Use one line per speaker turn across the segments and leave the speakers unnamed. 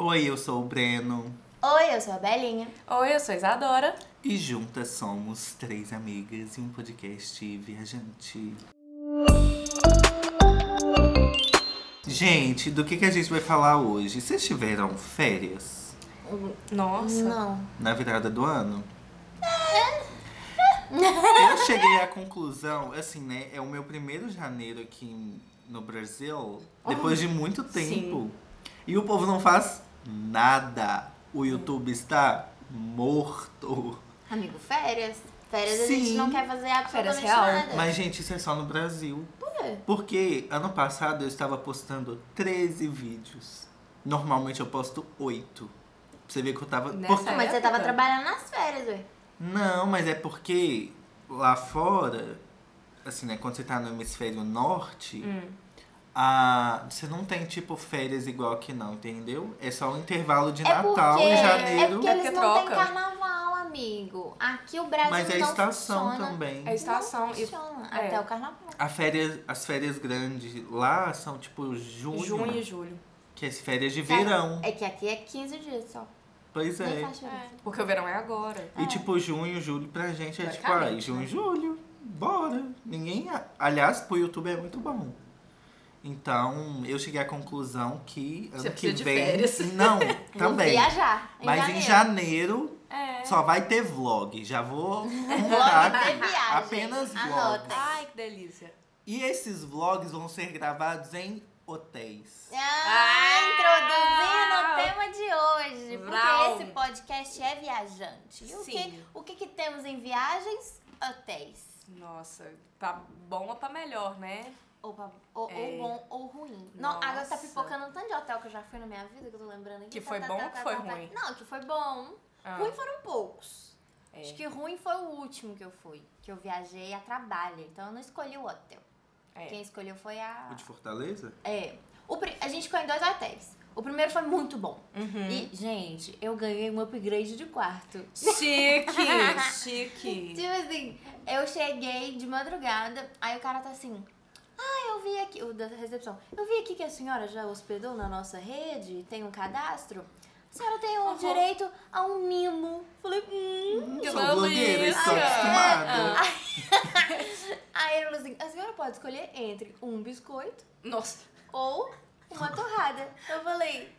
Oi, eu sou o Breno
Oi, eu sou a Belinha.
Oi, eu sou Isadora.
e juntas somos três amigas e um podcast viajante. Gente, do que, que a gente vai falar hoje? Vocês tiveram férias
Nossa.
Não.
na virada do ano? Eu cheguei à conclusão, assim, né? É o meu primeiro janeiro aqui no Brasil, depois de muito tempo. E o povo não faz nada. O YouTube está morto.
Amigo, férias. Férias a
Sim.
gente não quer fazer absolutamente
real.
nada.
Mas, gente, isso é só no Brasil. Por
quê?
Porque ano passado eu estava postando 13 vídeos. Normalmente eu posto 8. Você vê que eu tava.
Nessa
Por-
Não, mas você tava
Época.
trabalhando nas férias, ué.
Não, mas é porque lá fora, assim, né, quando você tá no hemisfério norte,
Hum.
a... você não tem tipo férias igual aqui não, entendeu? É só um intervalo de
É porque,
Natal e
é
janeiro.
porque
É
eles
porque
não têm
troca.
carnaval, amigo. Aqui o Brasil
mas é
não
estação
funciona. É
também.
A estação.
Não
E
funciona
é.
até o carnaval.
A férias, as férias grandes lá são tipo junho,
junho e julho.
que é as férias de verão.
É que aqui é 15 dias só.
Pois
Nem
é.
faz diferença.
Porque o verão é agora.
E tipo, junho, julho pra gente é tipo,
Teoricamente,
ai, junho,
né?
julho, bora. Ninguém. Aliás, pro YouTube é muito bom. Então, eu cheguei à conclusão que ano
Você
que
precisa de
vem.
férias.
Não,
Vou
também.
viajar. em
Mas em
janeiro.
janeiro
É.
só vai ter vlog. Já vou
Vlog
contar.
de viagem.
Apenas
Anota.
vlogs.
Ai, que delícia.
E esses vlogs vão ser gravados em
É.
hotéis.
Ah,
Ah!
introduzindo o tema de hoje, porque
Vral.
esse podcast é viajante. E o que,
Sim.
o que que temos em viagens? Hotéis.
Nossa, pra bom ou pra melhor, né?
Ou, pra- ou,
É.
ou bom ou ruim. Não,
Nossa.
agora tá pipocando um tanto de hotel que eu já fui na minha vida, que eu tô lembrando aqui. tá,
Que foi bom ou que foi ruim?
Não, que foi bom.
Ah,
Ruim foram poucos.
é.
Acho que ruim foi o último que eu fui, que eu viajei a trabalho, então eu não escolhi o hotel.
É.
Quem escolheu foi a...
O de Fortaleza?
É. O pri- A gente ficou em dois hotéis. O primeiro foi muito bom.
Uhum.
E, gente, eu ganhei um upgrade de quarto.
Chique, chique.
Tipo assim, eu cheguei de madrugada, aí o cara tá assim. Ah, eu vi aqui, o da recepção, eu vi aqui que a senhora já hospedou na nossa rede, tem um cadastro. A senhora tem o
Uhum.
direito a um mimo. Falei, hum. ah, é?"
Eu
Que
sou blogueira,
delícia.
estou acostumada.
Aí ele falou assim: a senhora pode escolher entre um biscoito
Nossa.
ou uma torrada. Eu falei,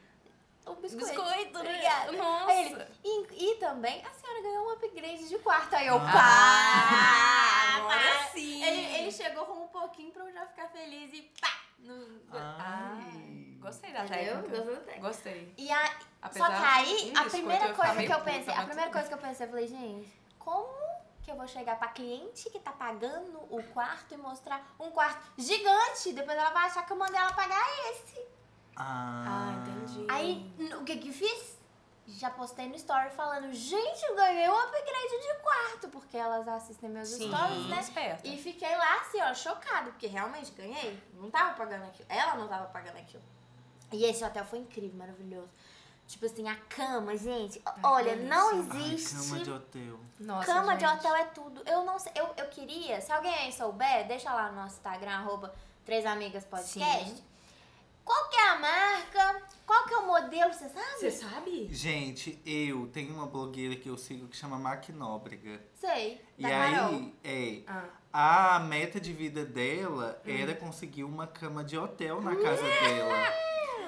o biscoito.
Biscoito, né?
obrigada.
Nossa.
Aí ele, e, e também a senhora ganhou um upgrade de quarto. Aí eu,
Ah,
pá!
Ah,
pá.
agora sim.
Ele, ele chegou com um pouquinho pra eu já ficar feliz e pá! No,
Ai,
Ai.
gostei da
entendeu?
técnica.
Gostou da técnica.
Gostei.
E a,
Apesar
só que aí,
de um
a
biscoito,
primeira
eu
coisa
ficava
que eu
meio
pensei,
puta,
a
mas
primeira
tudo
coisa que eu pensei, eu falei, gente, como que eu vou chegar pra cliente que tá pagando o quarto e mostrar um quarto gigante? Depois ela vai achar que eu mandei ela pagar esse.
Ah,
Ah, entendi.
Aí, n- o que que eu fiz? Já postei no story falando, gente, eu ganhei um upgrade de quarto, porque elas assistem meus stories, né?
Esperta.
E fiquei lá assim, ó, chocada, porque realmente ganhei. Não tava pagando aquilo. Ela não tava pagando aquilo. E esse hotel foi incrível, maravilhoso. Tipo assim, a cama, gente, o-
que
olha,
delícia.
não
Ai,
existe.
cama de hotel.
Nossa,
Cama de
gente.
hotel é tudo. Eu não sei. Eu, eu queria, se alguém aí souber, deixa lá no nosso Instagram, arroba Três Amigas Podcast. Qual que é a marca? Qual que é o modelo? Você sabe?
Você sabe?
Gente, eu tenho uma blogueira que eu sigo que chama Maquinóbrega.
Sei.
E
Da Carol.
aí, é,
Ah,
a meta de vida dela
Hum.
era conseguir uma cama de hotel na casa dela.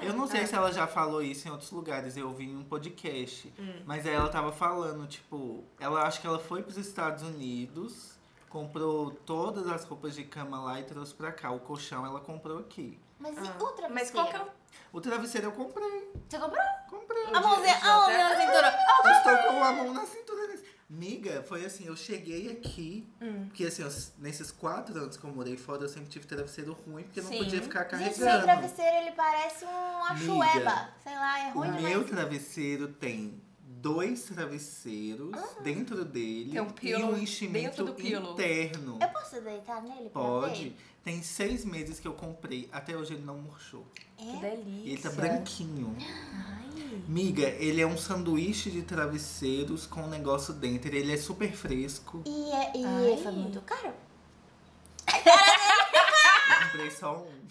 Eu não
Ah.
sei se ela já falou isso em outros lugares, eu ouvi em um podcast.
Hum.
Mas aí ela tava falando, tipo, ela acho que ela foi pros Estados Unidos, comprou todas as roupas de cama lá e trouxe pra cá. O colchão ela comprou aqui.
Mas e
ah.
o travesseiro?
Mas qual que é o...
O travesseiro eu comprei,
Você comprou?
comprei.
A mãozinha,
já
a mão
até-
na cintura.
Eu estou com a mão na cintura. desse- Miga, foi assim, eu cheguei aqui,
Hum.
porque assim, eu- nesses quatro anos que eu morei fora, eu sempre tive travesseiro ruim, porque eu não
Sim.
podia ficar
Gente, meu
carregando.
travesseiro, ele parece um uma
Miga.
chueba. Sei lá, é
O
ruim demais.
meu travesseiro tem dois travesseiros
Ah.
dentro dele
Tem um
e um
pillow
enchimento
dentro do pillow.
interno.
Eu posso deitar nele pra
Pode.
ver?
Tem seis meses que eu comprei, até hoje ele não murchou.
Que
É?
delícia.
E ele tá branquinho.
Ai.
Miga, ele é um sanduíche de travesseiros com um negócio dentro. Ele é super fresco.
E, é, e
Ai.
foi muito caro.
Eu comprei só um.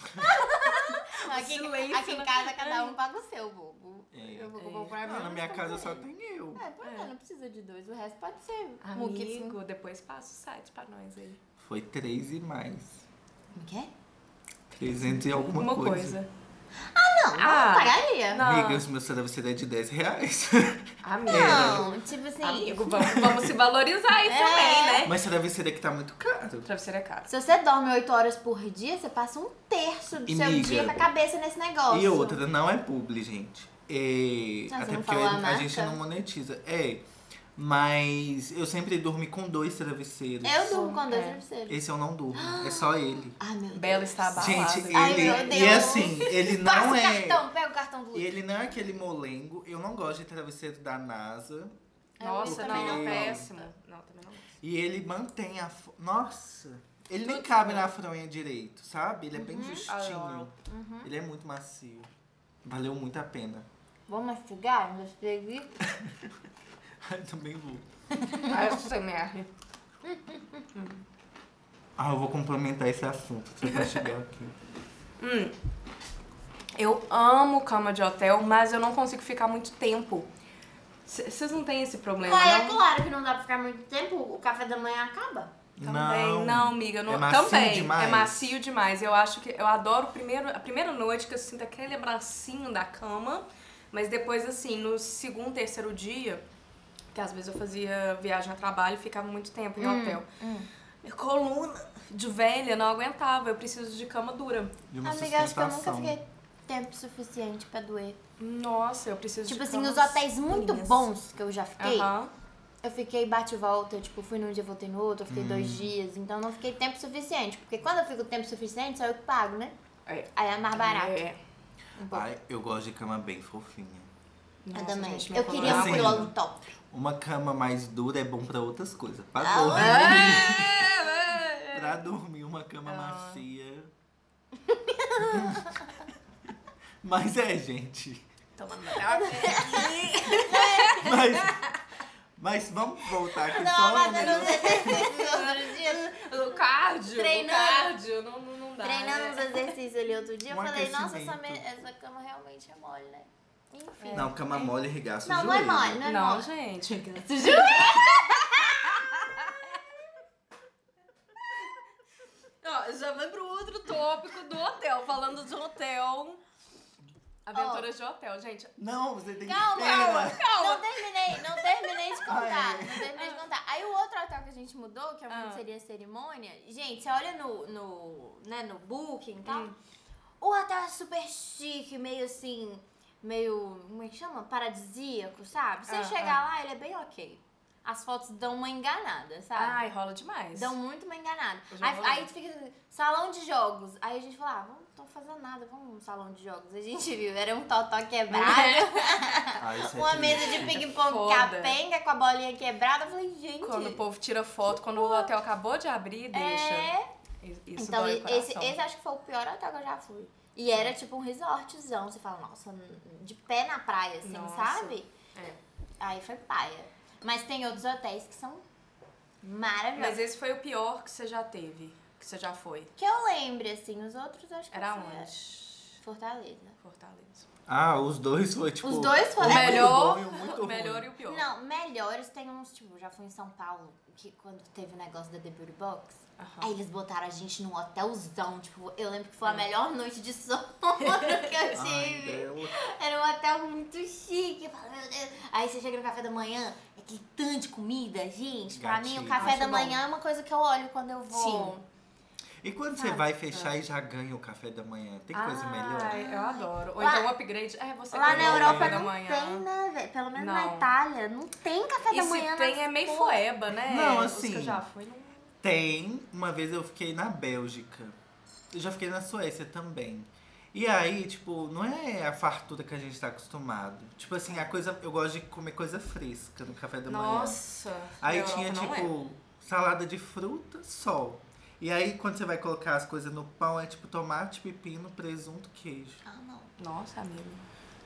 Aqui,
silêncio,
aqui em né?
né?
casa, cada um paga o seu, bobo.
É.
Eu vou
É.
comprar o problema.
Não, na minha casa só tem eu.
tá É, pois é, não precisa de dois. O resto pode ser um muquifs.
Amigo, depois passa o site pra nós aí.
Foi três e mais.
Como que é?
300 e alguma
Uma
coisa.
coisa.
Não,
Ah.
não pagaria.
Não.
Amiga, se meu travesseiro é de 10 reais.
Amigo.
É.
Não, tipo assim.
Amigo, vamos, vamos se valorizar aí
É.
também, né?
Mas travesseiro aqui tá muito caro.
Travesseiro é caro.
Se você dorme 8 horas por dia, você passa um terço do
E,
seu
miga,
dia com a cabeça nesse negócio.
E outra, não é publi, gente. É,
Ah, você
até
não
porque
falou a
a,
marca?
gente não monetiza. É. Mas eu sempre dormi com dois travesseiros.
Eu durmo com dois
É.
travesseiros.
Esse eu não durmo. É só ele.
Ai, meu Deus.
Bela está abalada.
Gente, ele.
Ai, meu Deus.
e assim, ele
Passa
não
o
é.
cartão, pega o cartão do
E
Luiz.
ele não é aquele molengo. Eu não gosto de travesseiro da NASA.
Nossa,
É, Eu
não,
também
não gosto.
péssimo. Não, também não gosto.
E ele mantém a. fo- Nossa! Ele nem
Tudo
cabe
bem.
na fronha direito, sabe? Ele é
Uhum.
bem
Ah,
justinho.
Adoro.
Ele é muito macio. Valeu muito a pena.
Vamos mastigar? Vamos escrever.
Ai, também vou.
Ai, você merda.
Ah, eu vou complementar esse assunto. Você vai chegar aqui.
Eu amo cama de hotel, mas eu não consigo ficar muito tempo. C- Vocês não têm esse problema,
Ué, é
não?
claro que não dá pra ficar muito tempo, o café da manhã acaba.
Também, não, amiga, não.
É macio
também.
demais.
É macio demais. Eu acho que eu adoro o primeiro, a primeira noite que eu sinto aquele abracinho da cama, mas depois assim, no segundo, terceiro dia, que às vezes eu fazia viagem a trabalho e ficava muito tempo em
Hum,
hotel. Minha coluna de velha não aguentava, eu preciso de cama dura.
De uma
Amiga, acho que eu nunca
sustentação.
fiquei tempo suficiente pra doer.
Nossa, eu preciso
Tipo
de
assim, os
camas
hotéis muito
durinhas.
bons que eu já fiquei,
Aham.
eu fiquei bate e volta, tipo, fui num dia, voltei no outro, eu fiquei dois dias, então não fiquei tempo suficiente. Porque quando eu fico tempo suficiente, só eu que pago, né?
É.
Aí é mais barato.
É.
Um pouco.
Ai, eu gosto de cama bem fofinha.
eu
Nossa,
também.
gente, minha
eu queria um
coluna-
coluna-
Sim.
logo top.
Uma cama mais dura é bom pra outras coisas. Pra
Ah,
dormir.
É, é, é.
Pra dormir, uma
Ah.
cama macia. Mas é, gente.
Tomando café.
Mas, mas vamos voltar aqui
Não,
só.
mas eu
né?
não exercícios outro dia.
O cardio,
Treinando.
o cardio, não, não, não dá.
Treinando uns
né?
exercícios ali outro dia,
Tá, é. Um
eu falei, nossa, essa,
aquecimento. É.
me- essa cama realmente é mole, né? Enfim.
Não, cama mole regaça o
Não, não é
joelho.
mole, não é
Não,
mole.
gente. Ó, já vai pro outro tópico do hotel, falando de hotel. Aventuras de hotel, gente.
Não, você tem
Calma,
que esperar.
calma. Não terminei, não terminei de contar.
Ai.
Não terminei de contar. Aí o outro hotel que a gente mudou, que é
Ah.
onde seria a cerimônia, gente, você olha no, no, né, no booking e
Hum.
tal. O hotel é super chique, meio assim, meio. como é que chama? Paradisíaco, sabe? Você
Ah,
chegar
ah.
lá, ele é bem ok. As fotos dão uma enganada, sabe?
Ai, rola demais.
Tá. Dão muito uma enganada.
Eu já
Aí,
vou
aí
lá.
tu fica salão de jogos. Aí a gente fala, ah, vamos, não tô fazendo nada, vamos num salão de jogos. A gente viu, era um totó
É,
quebrado,
Ah, isso é
uma
triste.
mesa de ping-pong
Foda.
capenga com a bolinha quebrada. Eu falei, gente.
Quando o povo tira foto, quando o hotel acabou de abrir, deixa.
é.
Isso
Então,
dói o
esse,
coração.
esse acho que foi o pior hotel que eu já fui. E era tipo um resortzão. Você fala, nossa, de pé na praia, assim,
Nossa.
sabe?
É.
Aí foi paia. Mas tem outros hotéis que são maravilhosos.
Mas esse foi o pior que você já teve, que você já foi.
Que eu lembre, assim, os outros acho que
Era
foi-
onde?
Fortaleza.
Fortaleza.
Ah, os dois foi tipo.
Os dois
um
foram.
O
É
muito
melhor,
bom e um muito
o
ruim.
melhor e o pior.
Não, melhores tem uns, tipo, já fui em São Paulo, que quando teve o negócio da The Beauty Box,
Aham.
aí eles botaram a gente num hotelzão, tipo, eu lembro que foi a
Ah.
melhor noite de sono que eu
Ai,
tive.
bela.
Era um hotel muito chique, eu falei, meu Deus. Aí você chega no café da manhã, é aquele tanto de comida, gente, pra mim o
Gatilho.
café
Acho
da
bom.
manhã é uma coisa que eu olho quando eu vou.
Sim.
E quando você
Ah,
tá.
vai fechar e já ganha o café da manhã? Tem coisa melhor?
Ai, eu adoro. Ou
Lá-
então o upgrade. É, você
Lá na
ganhou o
Europa
café da
não
manhã.
tem, né, velho? Pelo menos na
Não.
Itália, não tem café
E
da
se
manhã
tem,
nas
é meio
porra.
foeba, né?
Não,
Os
assim,
que eu já fui, não...
Tem. Uma vez eu fiquei na Bélgica. Eu já fiquei na Suécia também. E aí, tipo, não é a fartura que a gente tá acostumado. Tipo assim, a coisa. Eu gosto de comer coisa fresca no café da manhã.
Nossa.
Aí
na
tinha,
Europa não é.
é.
tipo, salada de fruta, sol. E aí, quando você vai colocar as coisas no pão, é tipo tomate, pepino, presunto, queijo.
Ah, não.
é. Nossa, amigo.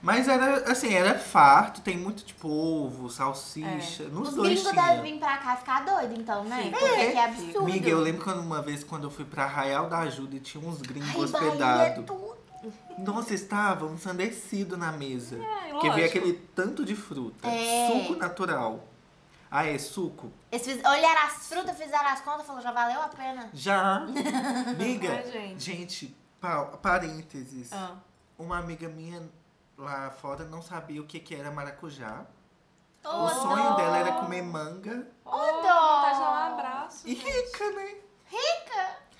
Mas era, assim, era farto, tem muito, tipo, ovo, salsicha. Nos
Os
dois
gringos devem
tinha.
vir pra cá ficar doido, então, né?
Fica.
Porque aqui é
Miga, eu
absurdo.
lembro quando uma vez, quando eu fui pra Arraial da Ajuda, e tinha uns gringos
Ai, Bahia é
hospedados.
tudo.
Nossa, estava um sandecido na mesa.
É,
que veio
lógico.
aquele tanto de fruta.
É.
Suco natural. Ah, é suco?
Eles fiz- olharam as frutas, fizeram as contas, falou, já valeu a pena.
Já. Amiga.
Ai, gente.
pa- parênteses.
Ah,
Uma amiga minha lá fora não sabia o que, que era maracujá.
Ô,
o sonho
dó.
dela era comer manga
oh,
dó!
que vontade de dar um abraço.
e
gente.
rica, né?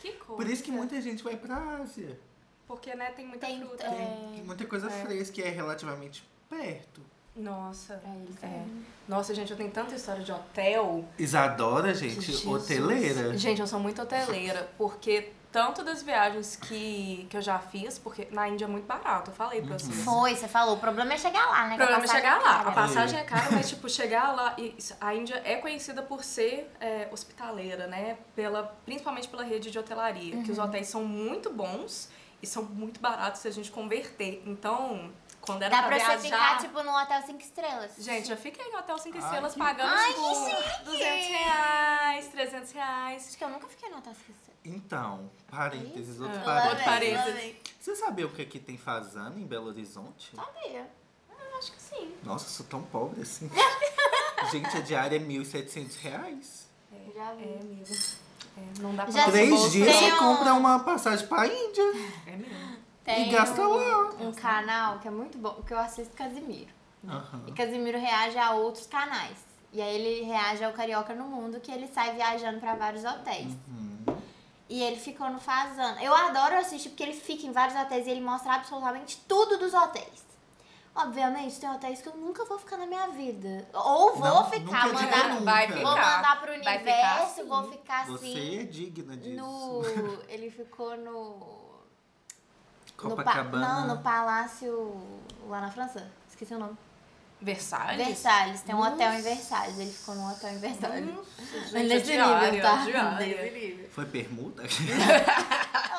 Que coisa.
Por isso que muita gente vai pra Ásia.
Porque, né, tem muita
Tem-
fruta.
é.
Tem muita coisa
É.
fresca e é relativamente perto.
Nossa.
Pra eles,
É.
né?
Nossa, gente, eu tenho tanta história de hotel.
Isadora, gente,
Jesus.
hoteleira.
Gente, eu sou muito hoteleira, porque tanto das viagens que, que eu já fiz, porque na Índia é muito barato, eu falei
Uhum.
pra vocês.
Foi, você falou. O problema é chegar lá, né?
O problema é chegar lá. A
passagem-
passagem é cara, mas, tipo, chegar lá. E isso- a Índia é conhecida por ser é, hospitaleira, né? Pela, principalmente pela rede de hotelaria. Que os hotéis são muito bons e são muito baratos se a gente converter. Então, quando era
Dá
pra,
pra você ficar,
viajar.
tipo, num hotel cinco estrelas.
Gente, eu fiquei em hotel 5
Ai,
estrelas
que-
pagando,
Ai,
tipo, 200 reais, 300 reais.
Acho que eu nunca fiquei num hotel cinco estrelas.
Então, parênteses, outro
Ah.
parênteses.
Outro parênteses.
Você sabia o que, que tem fazana em Belo Horizonte?
Sabia.
Acho que sim.
Nossa, eu sou tão pobre assim. gente, a diária é 1.700 reais.
Já
É,
vi.
amigo. É, não dá pra
Já-
nosso
Três
bolso.
dias
Tem
você
um-
compra uma passagem pra Índia.
É mesmo.
Tem
E gasta
um,
lá.
um canal que é muito bom, que eu assisto Casimiro.
Aham.
E Casimiro reage a outros canais. E aí ele reage ao Carioca no Mundo, que ele sai viajando pra vários hotéis.
Uhum.
E ele ficou no Fazana. Eu adoro assistir porque ele fica em vários hotéis e ele mostra absolutamente tudo dos hotéis. Obviamente, tem hotéis que eu nunca vou ficar na minha vida. Ou vou
Não, nunca
ficar, mandar,
diga
vai
nunca.
vou
ficar.
mandar pro
Vai ficar
universo,
assim.
vou ficar
Você
assim.
é digna disso.
No. Ele ficou no. no pa-
Copacabana.
Não, no palácio lá na França. Esqueci o nome.
Versalhes?
Versalhes. Tem um hotel em
Nossa.
Versalhes. Ele ficou num hotel em Versalhes.
Nossa,
Mas
gente,
nesse
diária,
nível, tá?
diária.
Nesse nível.
Foi permuta?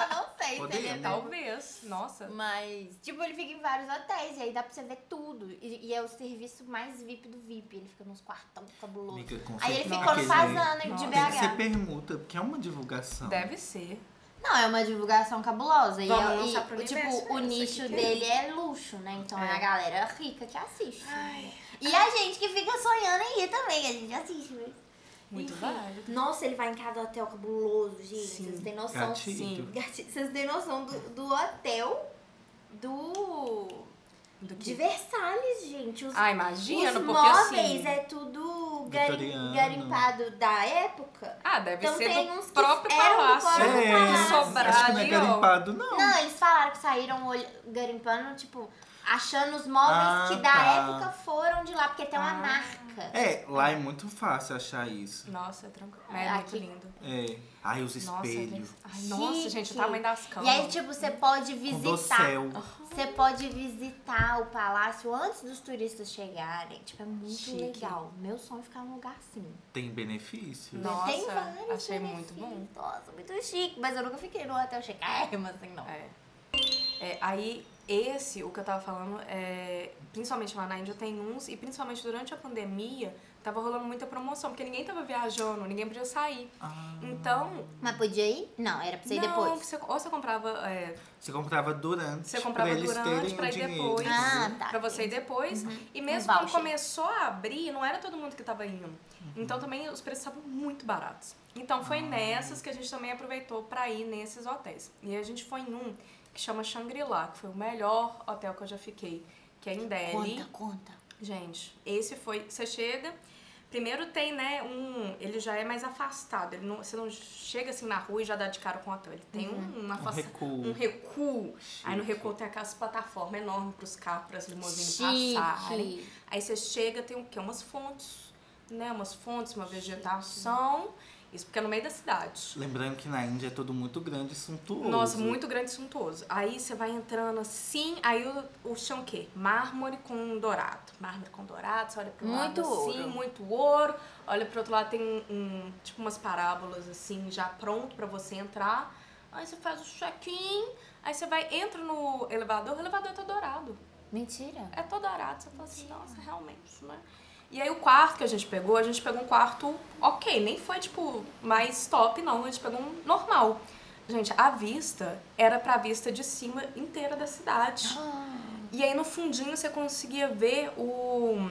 Eu não sei se ele é
Poderia, né?
Talvez. Nossa.
Mas, tipo, ele fica em vários hotéis e aí dá pra você ver tudo. E, e é o serviço mais VIP do VIP. Ele fica nos quartão cabuloso.
Amiga, com
aí ele
certeza.
ficou no
Aquele-
Fazana de
Nossa.
Tem que ser
BH.
permuta, porque é uma divulgação.
Deve ser.
Não, é uma divulgação cabulosa. E,
Vamos
é- e,
lançar pro universo,
tipo, o
né? Isso
nicho
aqui que-
dele é luxo, né? Então é,
É.
a galera rica que assiste. né? E a gente que fica sonhando aí também, a gente assiste, né? mas...
Muito
Enfim.
válido.
Nossa, ele vai em cada hotel cabuloso, gente.
Sim.
Vocês têm noção.
Gatilho.
sim.
Gatilho. Vocês têm noção do, do hotel do.
Do
De
que-
Versalhes, gente. Os,
Ah, imagino,
os
porque
móveis
assim...
é tudo garim-
Vitoriano.
garimpado da época.
Ah, deve
Então
ser
tem
do
uns que
próprio
eram do
palácio.
próprio
É,
palácio.
Sobrar
acho que não é
ali, ó.
garimpado, não.
Não, eles falaram que saíram olh- garimpando, tipo, achando os móveis
Ah,
que da
tá.
época foram de lá, porque tem uma
Ah.
marca.
É, lá é muito fácil achar isso.
Nossa, tranquilo. É muito
Aqui.
lindo.
É. Ai, os
Nossa,
espelhos.
gente. Ai, nossa, gente, o tamanho das camas.
E aí, tipo, você pode
Com
visitar. Ah.
dossel.
Você pode visitar o palácio antes dos turistas chegarem. Tipo, é muito
Chique.
legal. Meu sonho é ficar num lugar assim.
Tem benefícios.
Nossa,
Tem vários
achei
benefícios.
muito bom.
Nossa, muito chique. Mas eu nunca fiquei no hotel chiquérrimo assim, não.
É. É, aí, esse, o que eu tava falando, é, principalmente lá na Índia, tem uns, e principalmente durante a pandemia, tava rolando muita promoção, porque ninguém tava viajando, ninguém podia sair.
Ah,
Então,
Mas podia ir? Não, era pra você ir
não,
depois.
Você, ou você comprava, é,
você comprava durante.
você comprava
pra eles
durante
terem
pra
o
ir
dinheiro.
depois.
Ah, tá.
Pra você ir depois. E mesmo
Um
quando
voucher.
começou a abrir, não era todo mundo que tava indo.
Uhum.
Então também os preços estavam muito baratos. Então
Ah.
foi nessas que a gente também aproveitou pra ir nesses hotéis. E a gente foi em um que chama Shangri-La, que foi o melhor hotel que eu já fiquei, que é em Delhi.
Conta, conta.
Gente, esse foi. Você chega. Primeiro tem, né, um. Ele já é mais afastado. Ele não, você não chega assim na rua e já dá de cara com o hotel. Ele tem
Uhum.
um,
Ah,
uma
Um
afasta-
recuo.
Um recuo. Aí no
Chique.
recuo tem aquelas plataformas enormes pros carros, pras limousines passarem.
Chique.
Aí você chega, tem o quê? Umas fontes, né? Umas fontes, uma vegetação. Isso porque é no meio da cidade.
Lembrando que na Índia é tudo muito grande e suntuoso.
Nossa, muito grande e suntuoso. Aí você vai entrando assim, aí o, o chão o quê? Mármore com dourado. Mármore com dourado, você olha pro
Muito
lado assim,
ouro.
muito ouro. Olha pro outro lado, tem um, um- tipo umas parábolas assim, já pronto pra você entrar. Aí você faz o check-in, aí você vai, entra no elevador, o elevador tá dourado.
Mentira.
É todo dourado. Você fala assim, nossa, realmente, né? E aí o quarto que a gente pegou, a gente pegou um quarto ok, nem foi tipo mais top, não. A gente pegou um normal. Gente, a vista era pra vista de cima inteira da cidade. E aí no fundinho você conseguia ver o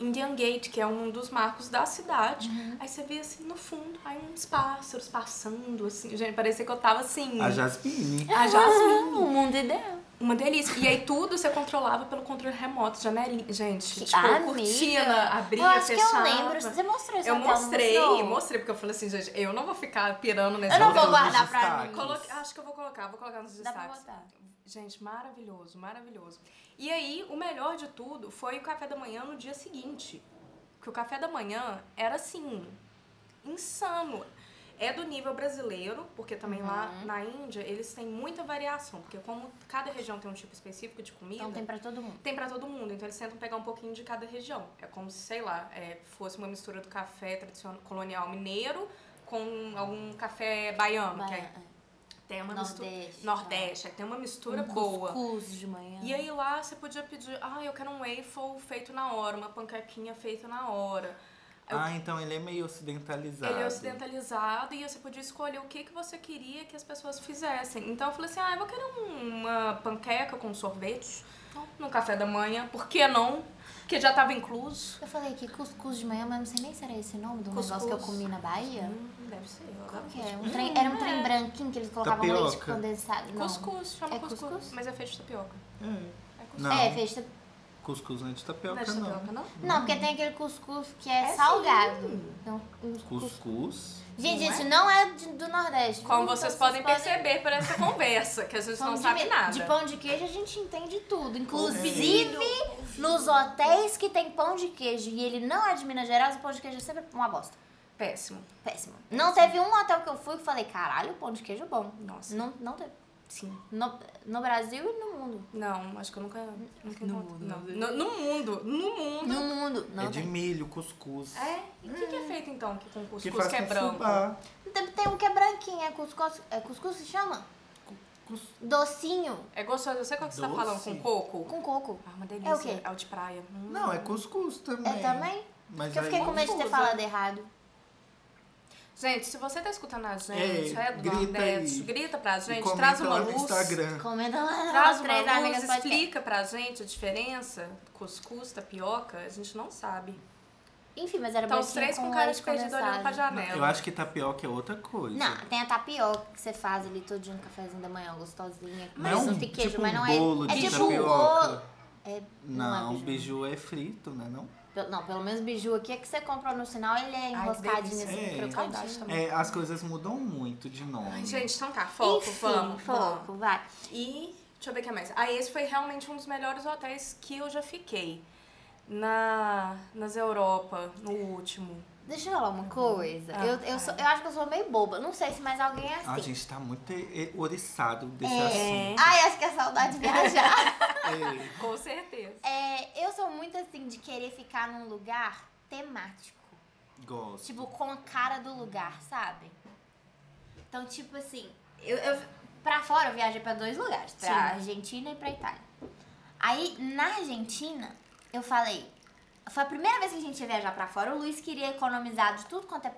Indian Gate, que é um dos marcos da cidade. Aí você via assim no fundo, aí uns pássaros passando, assim. Gente, parecia que eu tava assim.
A Jasmine.
a Jasmine.
Hum, o mundo ideal.
Uma delícia. E aí tudo você controlava pelo controle remoto, janelinha. Gente,
Que
tipo,
amiga.
cortina, abria,
eu acho
fechava.
que eu lembro. Você mostrou isso
Eu
até, não
mostrei,
mostrou?
mostrei, porque eu falei assim, gente, eu não vou ficar pirando nesse
Eu não
Mostrou
vou
nos
guardar pra mim.
destaques.
Coloque- acho que eu vou colocar, vou colocar nos
Dá pra
Ah, destaques.
botar.
Gente, maravilhoso, maravilhoso. E aí, o melhor de tudo foi o café da manhã no dia seguinte. Porque o café da manhã era assim, insano. É do nível brasileiro, porque também lá
Uhum.
na Índia eles têm muita variação. Porque como cada região tem um tipo específico de comida.
Então tem pra todo mundo.
Tem pra todo mundo, então eles tentam pegar um pouquinho de cada região. É como se, sei lá, é, fosse uma mistura do café tradicional colonial mineiro
Uhum.
com algum café baiano, que aí
Vai, ah,
tem uma
Nordeste,
mistura. Nordeste, aí tem uma mistura
um
boa.
Cuscuz de manhã.
E aí lá você podia pedir, ah, eu quero um waffle feito na hora, uma panquequinha feita na hora.
Ah, então ele é meio ocidentalizado.
Ele é ocidentalizado e você podia escolher o que, que você queria que as pessoas fizessem. Então eu falei assim, ah, eu vou querer um- uma panqueca com sorvete no café da manhã, por que não? Porque já tava incluso.
Eu falei que cuscuz de manhã, mas não sei nem se era esse nome do negócio que eu
Cuscuz.
comi na Bahia.
Hum, deve ser. eu
Qual
adoro
que é? Um trem, era um trem branquinho que eles colocavam leite
Tapioca.
condensado. Não.
Cuscuz, chama
É
cuscuz.
cuscuz?
Mas é feito de tapioca.
É.
É cuscuz.
Não.
É, fez.
Cuscuz não é de tapioca,
Não é de tapioca, não?
Não, porque tem aquele cuscuz que é,
É
salgado. Então, um cuscuz.
Cuscuz.
Gente,
Não é?
isso não é de- do Nordeste.
Como
viu?
vocês
Então,
podem perceber por essa conversa, que a gente
pão
não
de
sabe
me-
nada.
De pão de queijo a gente entende tudo. Inclusive nos hotéis que tem pão de queijo e ele não é de Minas Gerais, o pão de queijo é sempre uma bosta.
Péssimo.
Péssimo. Não teve um hotel que eu fui que falei, caralho, pão de queijo é bom.
Nossa.
Não, não teve.
Sim.
No, no Brasil e no mundo.
Não, acho que eu nunca. nunca
No mundo,
encontro- não.
né?
No, no mundo. No mundo.
No mundo. Não
é de
tem. Ah,
milho, cuscuz.
É? E o que, que é feito então que com cuscuz
Que
que,
faz
é
com ah.
branco?
fubá.
Tem- Tem um que é branquinho, é cuscuz. É cuscuz que se chama? Docinho
É gostoso. Eu sei qual que você tá
Doce.
falando com coco.
com coco.
Ah, uma delícia.
É o quê?
o de praia. Hum.
Não, é cuscuz também.
É também?
Mas é
Porque eu fiquei
aí-
com medo de ter
confusa.
falado errado.
Gente, se você tá escutando a gente,
É,
é, do
grita
Nordeste,
aí.
grita pra
E
gente,
comenta
traz uma
lá no
luz.
Instagram.
Comenta lá
Traz
nas
uma
três
luz,
amigas podcast.
explica pra gente a diferença, cuscuz, tapioca, a gente não sabe.
Enfim, mas era
Então os
branquinho
três com cara de perdido olhando pra janela.
Eu acho que tapioca é outra coisa.
Não, tem a tapioca que você faz ali todo dia no cafezinho da manhã, gostosinha.
Mas
Mas
é
não
um-
tem queijo,
tipo
mas
um
não é.
bolo
é
de
tipo um
tapioca.
bolo. É,
Não,
é
o biju é frito, né? Não?
Pe- Não, pelo menos biju aqui é que você compra no sinal, ele é enroscadinho
delícia.
assim,
É.
Saudade
crocante.
também.
É, as coisas mudam muito de nome.
Ai, gente, então tá, foco, vamos, vamos.
foco, vai.
E deixa eu ver o que é mais. Aí esse foi realmente um dos melhores hotéis que eu já fiquei. Na, nas Europa, no último.
Deixa eu falar uma coisa.
Ah,
eu, eu, sou- eu acho que eu sou meio boba. Não sei se mais alguém é
A
assim.
gente tá muito e- e- oriçado desse
É. Ah,
assunto.
Ai, acho que é saudade de viajar.
É.
Com certeza.
É, eu sou muito assim de querer ficar num lugar temático.
Gosto.
Tipo, com a cara do lugar, sabe? Então, tipo assim, eu, eu pra fora eu viajei pra dois lugares, pra
Sim.
Argentina e pra Itália. Aí, na Argentina, eu falei, foi a primeira vez que a gente ia viajar pra fora, o Luiz queria economizar de tudo quanto é.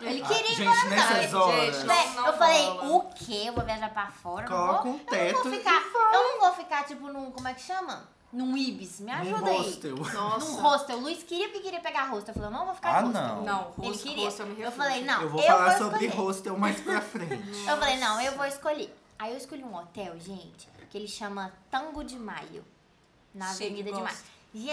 Ele
Ah,
queria
gente,
economizar.
nessas
Ele-
horas.
Gente,
Véi,
não
né, eu falei,
rola.
o quê? Eu vou viajar pra fora? Eu
Coloca
não
um
vou, eu não
teto
vou
e
ficar. Eu não vou ficar, tipo, num. Como é que chama? Num Ibis. Me ajuda
um
aí.
hostel.
Num hostel. Um O Luiz queria porque queria pegar hostel. Eu falei, eu não vou ficar
Ah,
em hostel.
não.
Não,
Ele
rosto,
queria.
rosto, eu me
eu
refuso.
falei, não,
eu vou falar sobre
escolher.
hostel mais pra frente.
Eu falei, não, eu vou escolher. Aí eu escolhi um hotel, gente, que ele chama Tango de Maio. Na
Chique,
Avenida de
gosto.
Maio.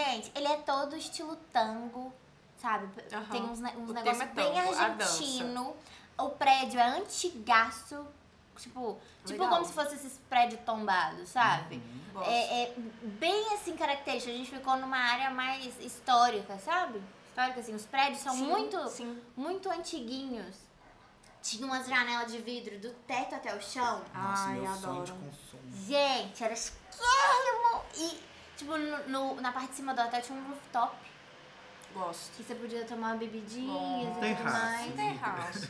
Gente, ele é todo estilo tango, sabe?
Aham.
Tem uns, ne- uns
O
negócios
tema é
bem
tango, a dança.
argentino. O prédio é antigaço. Tipo, tipo
Legal.
como se fosse esses prédios tombados, sabe?
Uhum.
Gosto.
É, é bem assim característica. A gente ficou numa área mais histórica, sabe? Histórica, assim. Os prédios são
Sim,
muito
Sim.
muito antiguinhos. Tinha umas janelas de vidro do teto até o chão.
Nossa,
Ai,
meu sonho
adoro.
de consumo.
Gente, era esquermo. E, tipo, no, no- na parte de cima do hotel tinha um rooftop
Gosto.
que você podia tomar bebidinhas
Bom.
e tudo
um Terraço.
mais.
Terraço.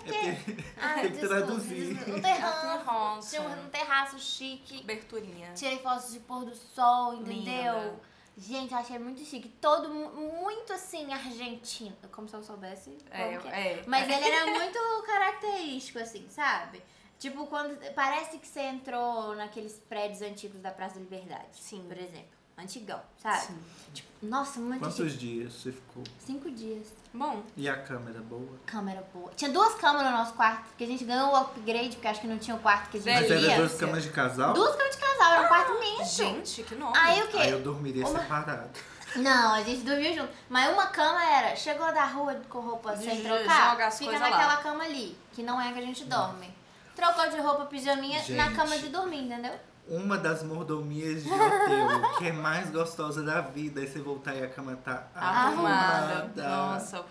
Ai,
Tem que
Ah, desculpa,
traduzir.
desculpa. Um
Terraço.
terraço. Tinha um terraço chique.
Aberturinha.
Tirei fotos de pôr do sol,
Linda.
entendeu? Gente, eu achei muito chique. Todo mu- muito assim, argentino. Como se eu soubesse.
É,
como que
é.
Mas ele era muito característico, assim, sabe? Tipo, quando. Parece que você entrou naqueles prédios antigos da Praça da Liberdade.
Sim.
Por exemplo. Antigão, sabe?
Sim.
Tipo, nossa, muito chique.
Quantos dias você ficou?
Cinco dias.
Bom,
E a câmera boa?
Câmera boa. Tinha duas câmeras no nosso quarto, porque a gente ganhou o upgrade, porque acho que não tinha o quarto que a gente
Mas
Delícia.
queria.
era duas camas de casal?
Duas camas de casal, era um quarto imenso.
gente, que nome.
Aí o quê?
Aí eu dormiria separado.
Não, a gente dormiu junto. Mas uma cama era, chegou da rua com roupa sem
Jo-
trocar,
joga as
fica
coisas lá.
naquela cama ali, que não é a que a gente dorme. Trocou de roupa, pijaminha, na
Hum. Gente.
cama de dormir, entendeu?
Uma das mordomias de hotel que é mais gostosa da vida é você voltar e a cama tá
Arrumada.
arrumada.
Nossa,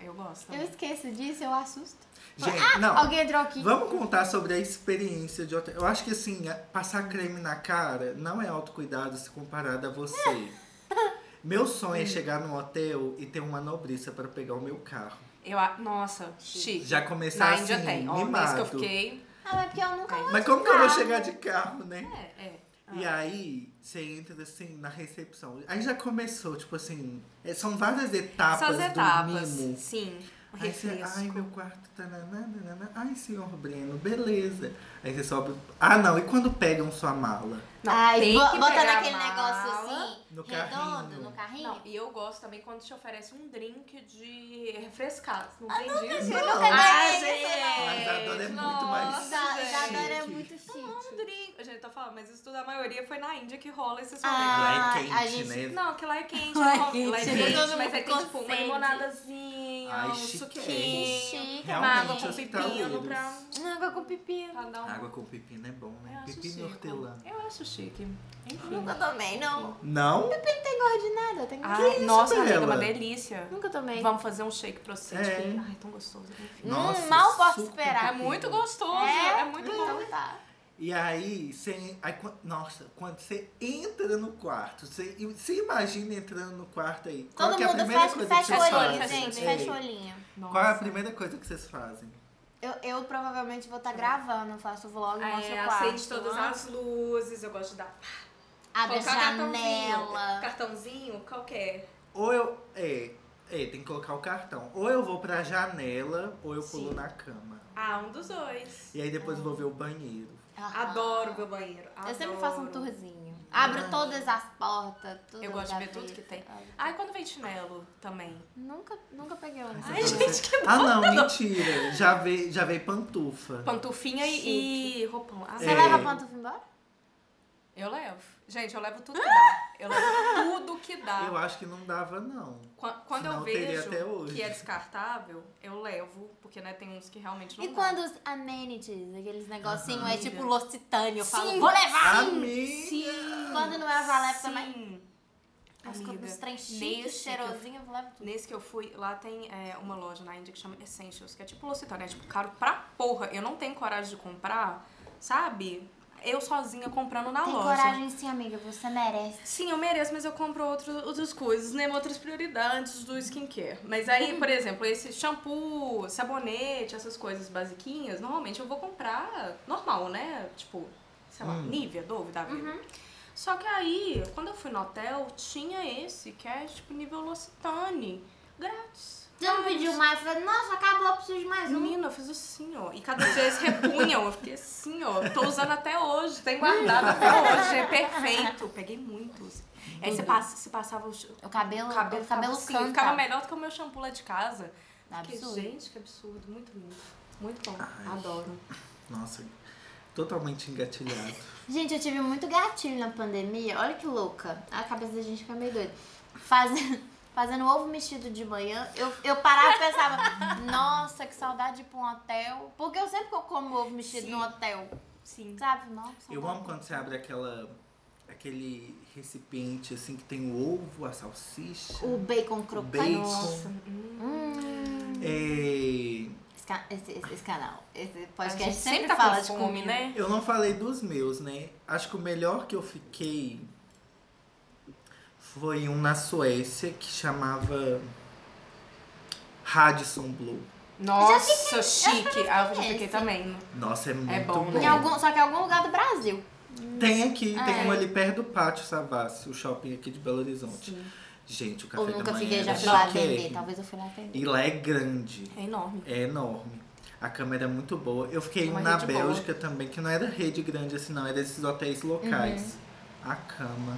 eu gosto.
Eu esqueço disso, eu assusto.
Gente,
ah,
não.
alguém entrou aqui.
Vamos contar sobre a experiência de hotel. Eu acho que assim, a- passar creme na cara não é autocuidado se comparado a você. Meu sonho é chegar num hotel e ter uma nobreza para pegar o meu carro.
Eu, a- nossa, chique.
Já começar
Na
assim,
Índia tem. Ó, o mês que eu
mimado.
fiquei.
Ah, mas porque eu nunca vou
Mas
de
como que eu vou
carro.
chegar de carro, né?
É, é.
E aí, você entra assim na recepção. Aí já começou, tipo assim, é- são várias etapas,
São as etapas.
do mimo.
Sim. Um
Aí você,
refresco.
ai, meu quarto tá Ai, senhor Breno, beleza. Aí você sobe. Ah, não, e quando pegam sua mala?
Não,
Ai,
tem
bo-
que
bota
pegar a
naquele
mala.
negócio assim,
No
redondo,
carrinho.
no carrinho.
Não, e eu gosto também quando te oferece um drink de refrescar. Não
Ah,
tem disso?
eu
nunca
Ai,
ganhei isso, não.
Mas a Dora é muito
nossa,
mais
Da, da
gente.
Dora é
Chique.
muito chique.
Um drink. Gente, tô falando, mas isso tudo a maioria foi na Índia que rola esse sorvete.
Ah,
Lá é quente,
a gente-
né?
Não, que lá é quente.
Lá é
não-
quente.
Lá é
Todo
quente,
mundo
mas aí tem tipo uma
consegue.
limonadazinha,
Ai,
um
chique.
Que é
suquinho.
chique,
Uma água
Realmente, assim.
com
os
pepino
calouros.
pra,
Água com pepino.
pra dar um...
Água com pepino é bom,
Eu
né?
acho
Pepino e
chique.
hortelã.
Eu acho chique. Enfim.
Nunca tomei, não.
Não?
Tem gosto de nada, tem
Ah,
gosto.
nossa, amiga, é
Bela?
uma delícia.
Nunca tomei.
Vamos fazer um shake pra você.
É.
tipo, Ai, tão gostoso. Enfim.
Hum,
Nossa,
mal posso
suco
esperar.
É
com
muito
pepino.
gostoso. É, muito bom.
Então tá.
E aí, você, aí, quan- nossa, quando você entra no quarto, você, e você imagina entrando no quarto aí. Qual
Todo
que é a
mundo
primeira
fecha,
coisa
fecha
que
o
vocês
faz?
olhinho,
fazem?
gente.
É.
Fecha o olhinho.
Qual é a
Nossa.
primeira coisa que vocês fazem?
Eu, eu provavelmente vou estar
Uhum.
gravando, eu faço vlog,
Ah,
mostro
é,
o quarto.
acende todas as luzes, eu gosto de dar.
Abre a
colocar
janela.
Cartãozinho, cartãozinho, qualquer.
Ou eu. É, é, tem que colocar o cartão. Ou eu vou pra janela, ou eu pulo
Sim.
na cama.
Ah, um dos dois.
E aí depois eu vou ver o banheiro.
Aham.
Adoro meu banheiro.
Ah. Eu sempre
adoro.
faço um tourzinho. Abro
Ah.
todas as portas, tudo
Eu gosto de ver
gaveta.
tudo que tem.
Ai,
Ai, quando vem chinelo também.
Nunca, nunca peguei um.
Ai,
Você-
gente, que
Ah, não, mentira. Já veio, já veio pantufa.
Pantufinha e, e roupão. Ah,
Você
É.
leva a pantufa embora?
Eu levo. Gente, eu levo tudo que dá. Eu levo tudo que dá.
Eu acho que não dava, não.
Qua- Quando
Senão
eu
eu teria até
vejo
hoje.
que é descartável, eu levo, porque né, tem uns que realmente não
E
dá.
quando os amenities, aqueles negocinhos, é tipo
Amiga.
l'occitane, eu falo,
Sim.
vou levar!
Amiga!
Quando não é a Valep
Sim.
também. Os
Amiga,
copos trem chique,
nesse que eu-
cheirosinho, eu levo tudo.
Nesse que eu fui, lá tem é, uma loja na Índia que chama Essentials, que é tipo L'Occitane, é tipo caro pra porra. Eu não tenho coragem de comprar, sabe? Eu sozinha comprando na
Tem
loja.
coragem sim, amiga, você merece.
Sim, eu mereço, mas eu compro outro, outras coisas, né? Outras prioridades do skincare. Mas aí, por exemplo, esse shampoo, sabonete, essas coisas basiquinhas, normalmente eu vou comprar normal, né? Tipo, sei lá,
Hum.
Nivea, Dove, da vida. Só que aí, quando eu fui no hotel, tinha esse, que é tipo nível L'Occitane, grátis.
Você não pediu mais, falou, nossa, acabou, eu preciso de mais um.
Menina, eu fiz assim, ó. E cada vez repunham. Eu fiquei assim, ó. Tô usando até hoje. Tem guardado até hoje. É perfeito. Peguei muitos. Aí você, passa, você passava o, ch-
O cabelo,
o
o
cabelo,
cabelo,
ficava assim,
canta.
Ficava melhor do que o meu shampoo lá de casa. Fiquei,
Absurdo.
gente, que absurdo. Muito lindo. Muito bom.
Ai.
Adoro.
Nossa, totalmente engatilhado.
Gente, eu tive muito gatilho na pandemia. Olha que louca. A cabeça da gente fica meio doida. Fazendo, fazendo ovo mexido de manhã, eu, eu parava e pensava, nossa, que saudade de ir pra um hotel. Porque eu sempre como ovo mexido
Sim.
no hotel.
Sim.
Sabe? Nossa.
Eu amo quando você abre aquela, aquele recipiente assim que tem o ovo, a salsicha.
O bacon crocante.
bacon.
Nossa. hum.
Hum.
É,
Esse, ca- esse- esse- esse canal, esse
A
podcast
gente
sempre,
tá
fala
com
de
fome,
comida.
né?
Eu não falei dos meus, né? Acho que o melhor que eu fiquei foi um na Suécia que chamava Radisson Blue.
Nossa, chique. Ah, eu já
esse.
fiquei também.
Nossa, é muito
bom,
bom.
né?
Em algum, só que em algum lugar do Brasil.
Tem aqui,
É.
tem um ali perto do Pátio Savassi, o shopping aqui de Belo Horizonte. Gente, o café
Ou nunca
da manhã
fiquei, já
era
fui lá
chiquérrimo.
atender. tá Talvez eu fui lá atender.
E lá é grande,
É enorme.
é enorme. A câmera é muito boa. Eu fiquei
Uma
um na
rede boa.
Bélgica também, que não era rede grande assim não, era esses hotéis locais.
Uhum.
A cama.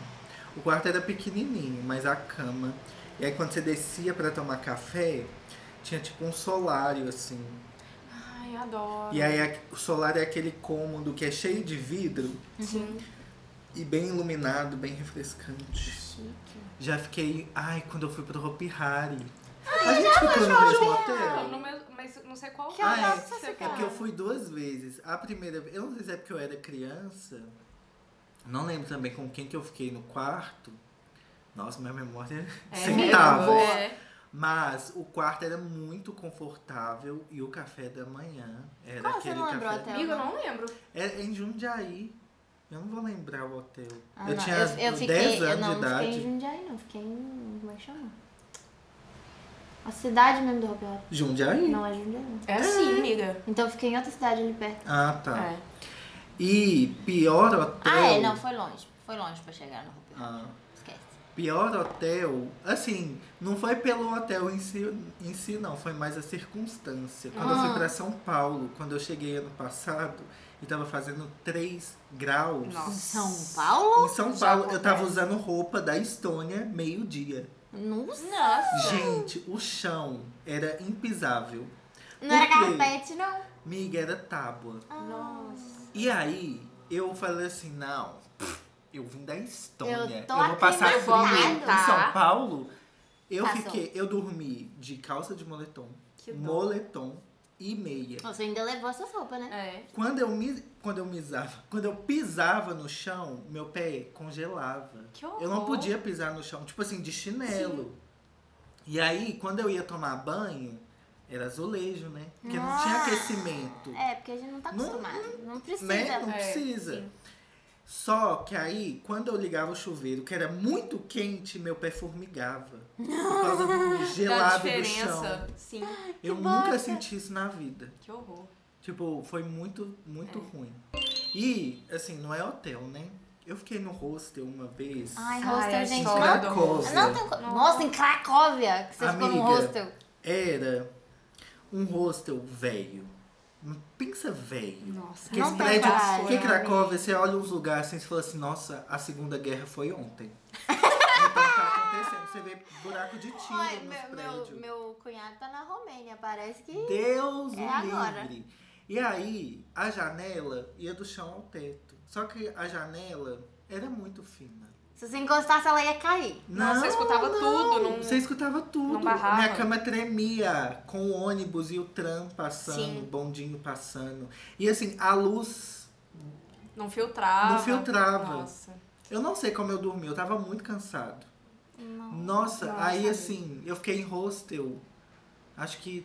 O quarto era pequenininho, mas a cama. E aí quando você descia pra tomar café, tinha tipo um solário assim.
Ai, adoro.
E aí a- o solário é aquele cômodo que é cheio de vidro
Sim.
Uhum.
e bem iluminado, bem refrescante. Já fiquei. Ai, quando eu fui pro Hopi Hari. a gente ficou no mesmo
Então, no
hotel?
meu- Mas não sei qual
Que
Ah,
hotel
é.
que você
É
É
ficava?
porque eu fui duas vezes. A primeira vez. Eu não sei se é porque eu era criança. Não lembro também com quem que eu fiquei no quarto. Nossa, minha memória
É,
sem
meio
tava.
boa.
é.
Mas o quarto era muito confortável e o café da manhã era
Qual você
aquele
não lembrou
café.
até
Amigo, eu não lembro.
É em Jundiaí. Eu não vou lembrar o hotel.
Ah,
eu
não,
tinha
eu, eu
10
fiquei,
anos
eu não
de idade.
fiquei em Jundiaí, não. Fiquei em. Como é que chama? A cidade mesmo do Roberto.
Jundiaí?
Não é Jundiaí. não.
É assim, amiga.
Então eu fiquei em outra cidade ali perto.
Ah, tá.
É.
E pior hotel.
Ah, é, não, foi longe. Foi longe pra chegar no Roberto.
Ah,
Esquece.
pior hotel, assim, não foi pelo hotel em si, em si não, foi mais a circunstância. Quando eu
Ah.
fui pra São Paulo, quando eu cheguei ano passado e tava fazendo 3 graus.
Em
Nossa.
São Paulo?
Em São
Já
Paulo, eu tava
acontece.
usando roupa da Estônia meio-dia.
Nossa.
Nossa.
Gente, o chão era impisável.
Não era
Por quê?
carpete, não.
Miga era tábua.
Nossa.
E aí, eu falei assim, não, eu vim da Estônia.
Eu
Eu,
tô
vou
aqui
passar
na
frio em
volta.
São Paulo. Eu
Passou.
fiquei, eu dormi de calça de moletom,
Que dó.
moletom e meia.
Você ainda levou essas roupas, né?
É.
Quando eu me, quando eu misava, quando eu pisava no chão, meu pé congelava.
Que horror.
Uhum.
Eu não podia pisar no chão, tipo assim, de chinelo. E aí, quando eu ia tomar banho, era azulejo, né? Porque não tinha
Ah.
aquecimento.
É, porque a gente não tá
Não-
acostumado. Não precisa.
né? Não
É,
precisa.
sim.
Só que aí, quando eu ligava o chuveiro, que era muito quente, meu pé formigava. Por causa do
Da
gelado do chão.
diferença. Sim.
Eu nunca senti isso na vida.
Que horror.
Tipo, foi muito, muito ruim. E, assim, não é hotel, né? Eu fiquei no hostel uma vez.
Ai,
Ai, é
hostel,
a
gente.
história
Não...
do
Cracóvia.
Não tem... co- Nossa, em Cracóvia, que você ficou num
Amiga.
hostel.
Era um hostel velho. Pensa velho.
Nossa.
Porque
Não
esse
tem
prédio,
praia,
porque
né?
Cracóvia, você olha uns lugares assim e fala assim, nossa, a Segunda Guerra foi ontem. então tá acontecendo, você vê buraco de tiro
Ai,
nos
meu,
prédios.
meu, meu cunhado tá na Romênia, parece que.
Deus
É
me
agora.
livre. E aí, a janela ia do chão ao teto. Só que a janela era muito fina.
Se você encostasse, ela ia cair.
Nossa,
Não,
você escutava
não.
tudo, não-
Você escutava tudo.
não barrava.
Minha cama tremia com o ônibus e o tram passando,
Sim.
o bondinho passando. E assim, a luz
Não filtrava.
Não filtrava.
Nossa.
Eu não sei como eu dormi, eu tava muito cansado. Nossa,
Nossa,
aí
amiga.
assim, eu fiquei em hostel acho que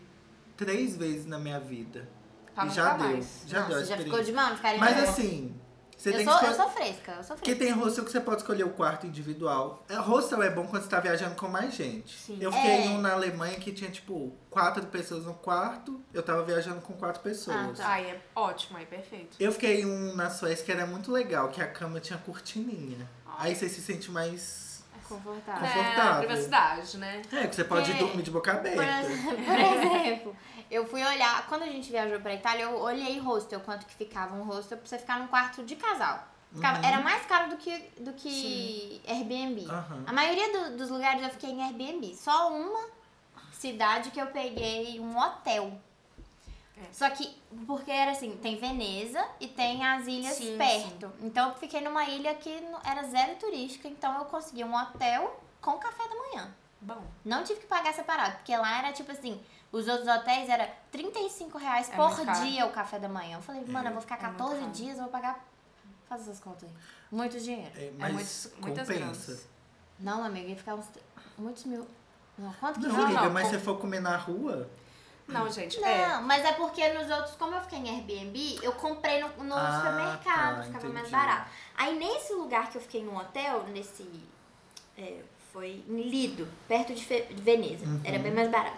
três vezes na minha vida.
Pra
e
tá nunca
já deu.
mais.
Já deu a
Nossa, já ficou
experiência.
de mão, não ficaria
Mas
de mão.
assim, você
eu,
tem
sou,
que
eu
escolher.
sou assim. fresca, eu sou
Porque
fresca.
tem hostel que você pode escolher o quarto individual. É, Hostel é bom quando você tá viajando com mais gente.
Sim.
Eu fiquei
É.
em um na Alemanha que tinha, tipo, quatro pessoas no quarto. Eu tava viajando com quatro pessoas.
tá.
Aí é ótimo, aí perfeito.
Eu fiquei em um na Suécia que era muito legal, que a cama tinha cortininha. Aí você se sente mais
Confortável.
Confortável.
É, privacidade, né?
É, que você pode
É.
dormir de boca
Por,
aberta.
ex- por exemplo, eu fui olhar, quando a gente viajou pra Itália, eu olhei hostel, quanto que ficava um hostel pra você ficar num quarto de casal. Ficava- Era mais caro do que, do que Airbnb.
Aham.
A maioria do- dos lugares eu fiquei em Airbnb. Só uma cidade que eu peguei um hotel.
É.
Só que, porque era assim, tem Veneza e tem as ilhas
Sim,
perto. Então eu fiquei numa ilha que não- era zero turística, então eu consegui um hotel com café da manhã.
Bom.
Não tive que pagar separado, porque lá era tipo assim, os outros hotéis era 35 reais
É
por
muito caro.
dia o café da manhã. Eu falei, mano, eu vou ficar
é muito
14
caro.
dias, eu vou pagar. Faz essas contas aí. Muito dinheiro.
É, mas
muitos- muitas
compensa.
gramas.
Não, amiga, ia ficar uns. Muitos mil. Não, quanto que
Não,
fica?
amiga,
não,
mas
com-
se for comer na rua,
Não, gente, é.
Não, mas é porque nos outros, como eu fiquei em Airbnb, eu comprei no, no
Ah,
supermercado,
tá,
ficava mais
entendi.
barato. Aí nesse lugar que eu fiquei no hotel, nesse.
Uhum.
é, foi em Lido, perto de Fe- de Veneza. Era bem mais barato.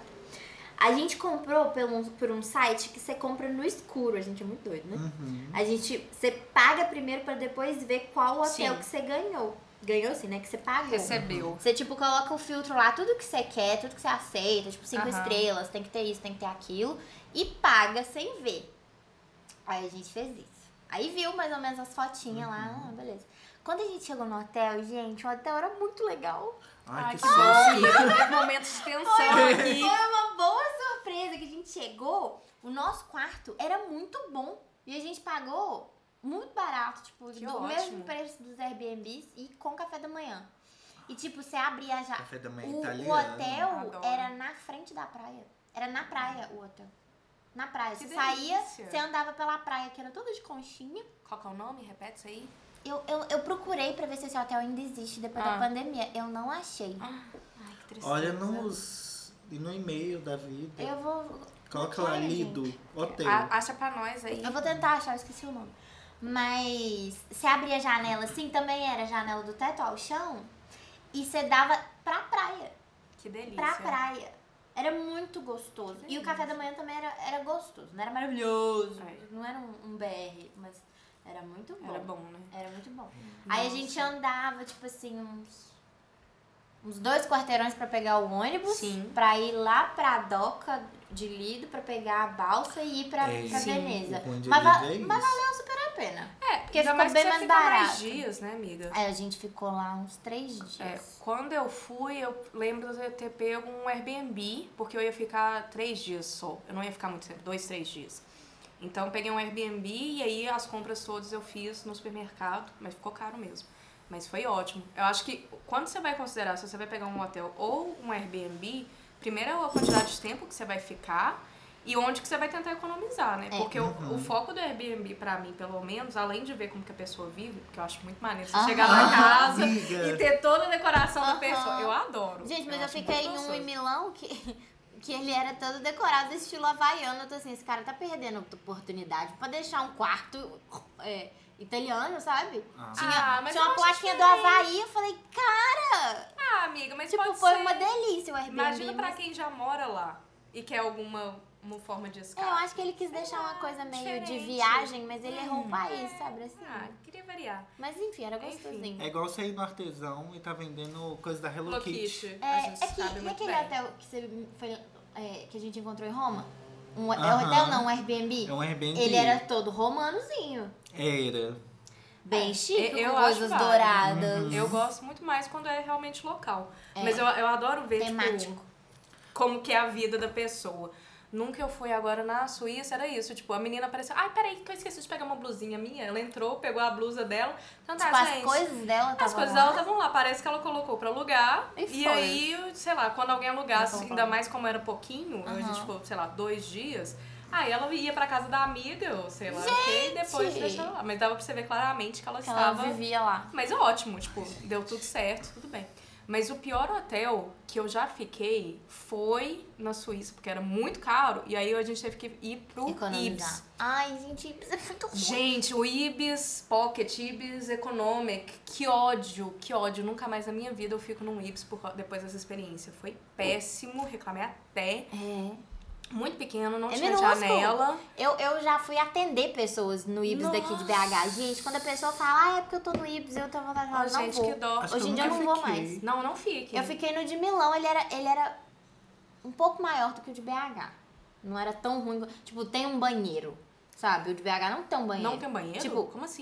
A gente comprou por um, por um site que você compra no escuro. A gente é muito doido, né?
Uhum.
A gente, você paga primeiro pra depois ver qual hotel
Sim.
que você ganhou. Ganhou sim, né? Que você pagou.
Recebeu.
Você, tipo, coloca o filtro lá, tudo que você quer, tudo que você aceita, tipo, cinco
Aham.
estrelas, tem que ter isso, tem que ter aquilo, e paga sem ver. Aí a gente fez isso. Aí viu mais ou menos as fotinhas lá, ah, beleza. Quando a gente chegou no hotel, gente, o hotel era muito legal.
Ai, que
bom.
susto.
Teve momentos de tensão
Foi
aqui.
uma boa surpresa que a gente chegou, o nosso quarto era muito bom, e a gente pagou muito barato, tipo,
Que
do
ótimo.
mesmo preço dos Airbnbs e com café da manhã. E tipo, você abria já,
Café da manhã
o, o
Né, italiano.
hotel
Adoro.
era na frente da praia. Era na praia o hotel. Na praia.
Que
Você saía,
delícia.
você andava pela praia, que era toda de conchinha.
Qual que é o nome? Repete isso aí.
Eu, eu, eu procurei pra ver se esse hotel ainda existe depois
Ah.
da pandemia. Eu não achei.
Ai, que tristeza.
Olha nos... E no e-mail da vida.
Eu vou.
Coloca
Olha,
lá,
É gente. Ah,
lido, hotel.
A- acha pra nós aí.
Eu vou tentar achar, eu esqueci o nome. Mas você abria a janela assim, também era a janela do teto ao chão. E você dava pra praia.
Que delícia.
pra praia. Era muito gostoso.
é. Que
E o café da manhã também era, era gostoso. Não era maravilhoso.
É.
Não era um, um BR, mas era muito bom.
Era bom, né?
Era muito bom. Aí a
Nossa.
gente andava, tipo assim, uns, uns dois quarteirões pra pegar o ônibus.
Sim.
Pra ir lá pra doca de Lido, pra pegar a balsa e ir pra,
É,
pra
sim,
Veneza.
o ruim de
Mas,
Lido
va-
é isso.
mas valeu super a pena.
É,
Porque
ainda
ficou
mais que
bem
você
mais
fica mais
barato.
dias, né, amiga?
Aí a gente ficou lá uns três dias.
É, quando eu fui, eu lembro de eu ter pego um Airbnb, porque eu ia ficar três dias só. Eu não ia ficar muito tempo, dois, três dias. Então eu peguei um Airbnb e aí as compras todas eu fiz no supermercado, mas ficou caro mesmo. Mas foi ótimo. Eu acho que quando você vai considerar se você vai pegar um hotel ou um Airbnb, primeiro é a quantidade de tempo que você vai ficar e onde que você vai tentar economizar, né?
É.
Porque o, o foco do Airbnb, pra mim, pelo menos, além de ver como que a pessoa vive, porque eu acho muito maneiro você
Aham.
chegar na casa
Ah, Amiga.
e ter toda a decoração da
Aham.
pessoa. Eu adoro.
Gente, mas eu,
acho
fiquei
muito
em um
gostoso.
em Milão que, que ele era todo decorado estilo havaiano. Eu tô assim, esse cara tá perdendo a oportunidade pra deixar um quarto é, italiano, sabe?
Ah.
Tinha,
Ah, mas
tinha
eu
uma
acho
plaquinha do
diferente.
Havaí, eu falei, cara!
Ah, amiga, mas
Tipo,
pode
foi
ser.
uma delícia o Airbnb.
Imagina pra
mas-
quem já mora lá e quer alguma uma forma de
É,
escape.
eu acho que ele quis deixar uma
lá,
coisa meio
diferente.
de viagem, mas ele
Hum.
errou o país, sabe assim?
Ah, queria variar.
Mas enfim, era
Enfim.
gostosinho.
É igual você ir no artesão e tá vendendo coisa da Hello,
Hello
Kitty.
Kitty, a
É,
gente
é que,
sabe
e
muito
aquele
bem.
hotel que, você foi, é, que a gente encontrou em Roma? Um, É um
Aham.
hotel, não, um Airbnb?
É um Airbnb.
Ele era todo romanozinho.
Era.
Bem chique,
É, eu
com
acho
coisas
válido.
Uhum.
douradas.
Eu gosto muito mais quando é realmente local.
É.
Mas eu, eu adoro ver, tipo,
Temático.
como que é a vida da pessoa. Nunca eu fui agora na Suíça, era isso. Tipo, a menina apareceu. Ai, peraí, que eu esqueci de pegar uma blusinha minha. Ela entrou, pegou a blusa dela. Então tá,
Tipo, as
gente.
coisas dela
As
tavam
coisas
lá.
dela estavam lá, parece que ela colocou pra alugar.
E
E,
foi.
aí, sei lá, quando alguém alugasse,
Não concordo.
ainda mais como era pouquinho, a gente
Aham.
ficou, sei lá, dois dias. Aí ela ia pra casa da amiga, ou sei lá, o quê, e depois
Gente!
deixava lá. Mas dava pra você ver claramente que ela
Que ela
estava.
vivia lá.
Mas é ótimo, tipo, deu tudo certo, tudo bem. Mas o pior hotel que eu já fiquei foi na Suíça, porque era muito caro, e aí a gente teve que ir pro
Economizar.
Ibis.
Ai, gente, Ibis é muito ruim.
um Gente, o Ibis Pocket, Ibis Economic, que ódio, que ódio. Nunca mais na minha vida eu fico num Ibis por, causa- depois dessa experiência. Foi péssimo, reclamei até.
É.
Muito pequeno, não
É
tinha
minúsculo.
janela.
Eu, eu já fui atender pessoas no Ibis daqui de BH. Gente, quando a pessoa fala, ah, é porque eu tô no Ibis, eu tô vontade de falar,
Ah,
não
gente,
vou.
que dó.
Acho
Hoje
que
em dia eu não
nunca
vou
fiquei.
mais.
Não, não fique.
Eu fiquei no de Milão, ele era, ele era um pouco maior do que o de BH. Não era tão ruim. Tipo, tem um banheiro, sabe? O de BH não tem um banheiro.
Não tem banheiro?
Tipo,
como assim?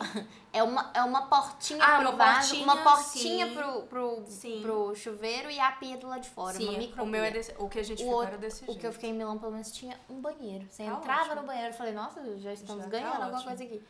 É uma, é uma portinha
Ah,
pro
uma
vaso,
portinha,
uma portinha
sim.
pro, pro,
Sim.
pro chuveiro e a pia do lado de fora. uma
Sim,
micro
o meu é
pia.
desse, o que a gente
O
ficou
outro-
era desse
O
jeito.
que eu fiquei em Milão, pelo menos, tinha um banheiro. Você
Tá
entrava
ótimo.
no banheiro, eu falei, nossa, já estamos
Já tá
ganhando alguma
ótimo.
coisa aqui.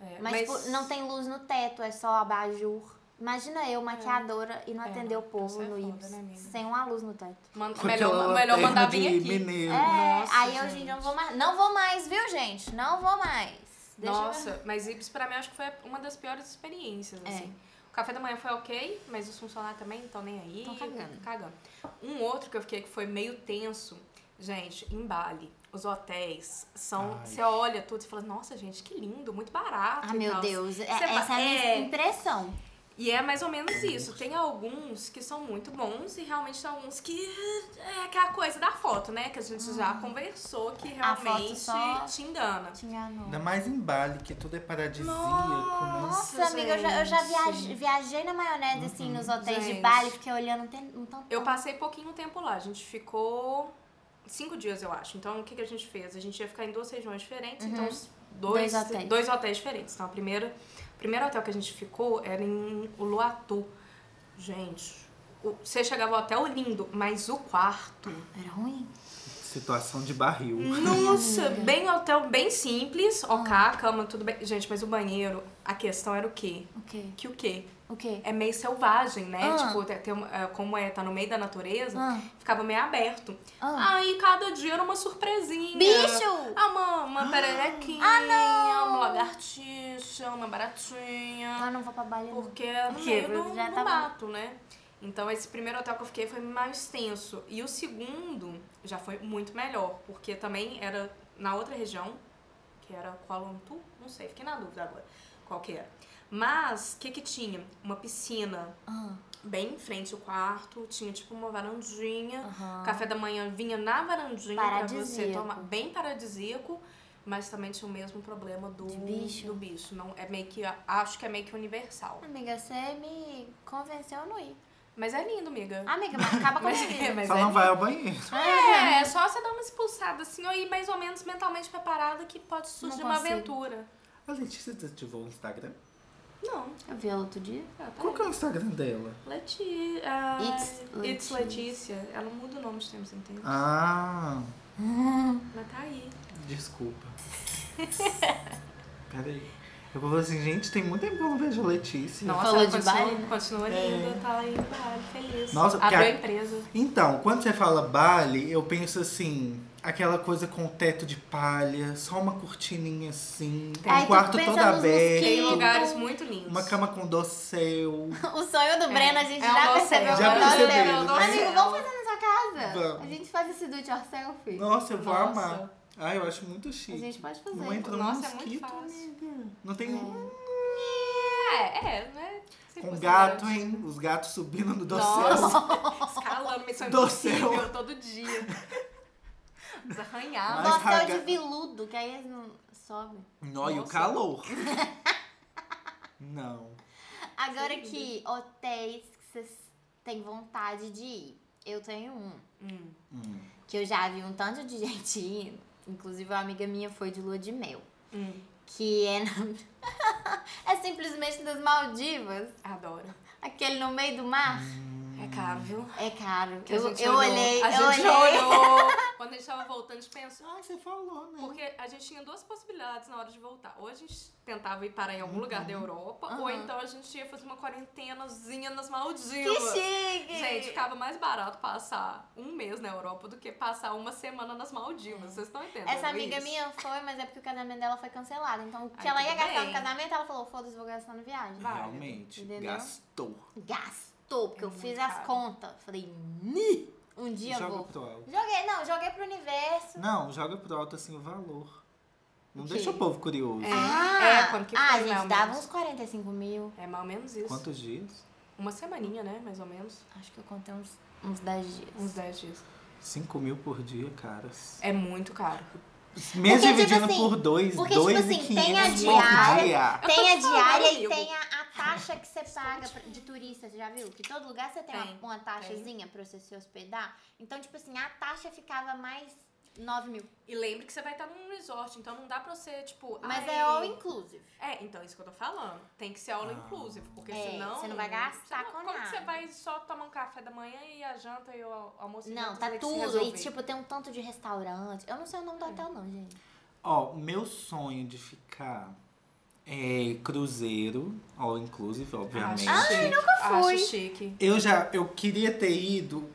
É,
Mas, tipo, não tem luz no teto, é só abajur. Imagina eu, maquiadora, e não
É,
atender o
não,
povo
isso é
no
foda,
Ibis,
né, amiga?
sem uma luz no teto.
Man-
Com
melhor,
aquela
melhor
lanterna
mandar
de
vir aqui.
mineiro.
É,
Nossa,
aí eu, gente,
gente.
não vou mais. Não vou mais, viu, gente? Não vou mais. Deixa eu-
Nossa, mas Ibis pra mim acho que foi uma das piores experiências,
É.
assim. O café da manhã foi ok, mas os funcionários também não estão nem aí.
Tão cagando.
cagando. Um outro que eu fiquei que foi meio tenso, gente, em Bali. Os hotéis são.
Ai.
Você olha tudo e fala, nossa, gente, que lindo, muito barato.
Ah,
e
meu
tal."
Deus, é-
Você fa-
essa é a minha
é.
impressão.
E é mais ou menos isso. Tem alguns que são muito bons e realmente tem alguns que é aquela coisa da foto, né? Que a gente já conversou que
Uhum. A foto
realmente
só-
te engana.
Te enganou.
Ainda mais em Bali, que tudo é paradisíaco, né?
Nossa, amiga, eu já, eu já
gente.
viaje- viajei na maionese,
Uhum.
assim, nos hotéis de
Gente.
Bali, fiquei olhando um tem- um tanto.
Eu passei pouquinho tempo lá, a gente ficou cinco dias, eu acho. Então, o que, que a gente fez? A gente ia ficar em duas regiões diferentes, então, os dois,
Uhum. Dois hotéis.
dois hotéis diferentes. Então, a primeira, o primeiro hotel que a gente ficou era em Uluatu. Gente, o- você chegava ao hotel lindo, mas o quarto
Era ruim?
Situação de barril.
nossa, bem hotel, bem simples,
Ah.
ok, cama, tudo bem. Gente, mas o banheiro, a questão era o quê?
O quê?
Que o quê?
O quê?
É meio selvagem, né?
Ah.
Tipo, tem- tem uma- é, como é, tá no meio da natureza,
Ah.
ficava meio aberto.
Ah.
Aí cada dia era uma surpresinha.
Bicho!
Ah, uma, uma pererequinha, ah, uma lagartixa, uma baratinha.
Ah, não vou pra Bali, não.
Porque é no
Porque
meio do,
já
do
tava-
mato, né? Então esse primeiro hotel que eu fiquei foi mais tenso. E o segundo já foi muito melhor, porque também era na outra região, que era Kualantu, não sei, fiquei na dúvida agora qual que era. Mas o que que tinha? Uma piscina
Ah.
bem em frente ao quarto, tinha tipo uma varandinha,
Aham.
café da manhã vinha na varandinha pra você
Paradisíaco.
tomar, bem paradisíaco. Mas também tinha o mesmo problema do,
De bicho?
do bicho. Não, é meio que, acho que é meio que universal.
Amiga, você me convenceu a não ir.
Mas é lindo, amiga.
Amiga, mas acaba com a
mas
minha vida.
mas
Só
é
não
lindo.
vai ao banheiro.
É, é só você dar uma expulsada assim, ou ir mais ou menos mentalmente preparada que pode surgir uma
consigo.
aventura.
A Letícia desativou o Instagram.
Não,
Eu vi ela outro dia.
ela tá
Qual que é o Instagram dela?
Letícia.
It's
é, It's
Letícia.
Letícia. Ela muda o nome de tempos em tempos.
Ah,
Mas tá aí.
desculpa. Peraí. Eu vou falar assim, gente, tem muito tempo que eu não vejo a Letícia.
Nossa,
Falou
ela
de
continua,
Bali, né?
continua linda, tá aí em Bali, feliz.
Nossa, porque
Abriu a
a-
empresa.
Então, quando você fala Bali, eu penso assim, aquela coisa com teto de palha, só uma cortininha assim,
Ai,
um
tu
quarto
pensa
todo
nos
Tem
aberto,
mosquitos.
lugares muito lindos.
uma cama com dossel.
O sonho do Breno, a gente
É um
já
doce,
percebeu.
é um
Já
que
doce,
é
percebi,
um doce.
é um
mas-
doce.
Amigo, vamos fazer na sua casa?
Vamos.
A gente faz esse do it yourself.
Nossa, eu vou
Nossa.
amar. Ai, Ah, eu acho muito chique.
A gente pode fazer.
Não entra
Nossa, é
um
muito
mosquito,
fácil.
amiga. Não tem um
É, é, né? Se
com
fosse
gato,
grande.
hein? Os gatos subindo no dossel.
Nossa, escalando missão
Do
impossível
céu.
todo dia. Desarranhar.
Mas
Nossa, é o
raga-
de viludo, que aí eles não sobem.
Nó, e o
Nossa.
calor. Não.
Agora
Sem
que hotéis que vocês têm vontade de ir. Eu tenho um.
Hum.
Hum.
Que eu já vi um tanto de gente ir. Inclusive, uma amiga minha foi de lua de mel.
Hum.
Que é, na- é simplesmente das Maldivas.
Adoro.
Aquele no meio do mar.
É caro, viu?
É caro.
Que a
Eu,
gente
eu
olhou.
olhei,
A
eu
gente
olhei. Hum.
olhou. Quando a gente tava voltando, a gente pensou.
Ah, você falou, né?
Porque a gente tinha duas possibilidades na hora de voltar. Ou a gente tentava ir parar em algum lugar da Europa, ou
Uhum. Aham.
então a gente ia fazer uma quarentenazinha nas Maldivas.
Que chique!
Gente, ficava mais barato passar um mês na Europa do que passar uma semana nas Maldivas. Vocês estão entendendo?
Essa amiga
isso?
minha foi, mas é porque o casamento dela foi cancelado. Então, o que
Ai,
ela ia
tudo
gastar
bem.
no casamento, ela falou: foda-se, vou gastar na viagem.
Vai.
Realmente,
né? Entendeu?
gastou.
Gastou, porque
É
eu
muito
fiz
caro.
as contas. Falei, "Ni, um dia eu
joga
vou.
pro alto.
Joguei, não, joguei pro universo.
Não, joga pro alto assim o valor. Não
O quê?
deixa o povo curioso.
É.
Ah,
é, quando que
ah,
foi,
gente,
Léo,
dava
mas-
uns 45 mil.
É mais ou menos isso.
Quantos dias?
Uma semaninha, né? Mais ou menos.
Acho que eu contei uns, uns 10 dias.
Uns 10 dias.
5 mil por dia, caras.
É muito caro.
Mesmo
tipo
dividindo
assim-
por dois,
porque,
dois
tipo
e um
assim,
500
tem a
por
diária-
dia.
Eu tô
Tem a
te falando,
diária
amigo.
e tem a, a taxa que você paga pra- de turista, você já viu? Que todo lugar você tem, uma-
Tem,
uma, taxazinha pra você se hospedar. Então, tipo assim, a taxa ficava mais 9 mil.
E lembre que você vai estar num resort, então não dá pra você, tipo.
Mas
ai,
é all inclusive.
É, então isso que eu tô falando. Tem que ser
Ah.
all inclusive, porque
É,
senão.
você não vai gastar
Como
com
como
nada.
que você vai só tomar um café da manhã e a janta e o al- almoço? e
Não,
janta,
tá
você tem que se
tudo. E
resolver?
tipo, tem um tanto de restaurante. Eu não sei o nome do hotel, não, gente.
Ó, meu sonho de ficar é cruzeiro, all inclusive, obviamente.
Acho chique, nunca
fui.
Acho chique.
Eu já, eu queria ter ido.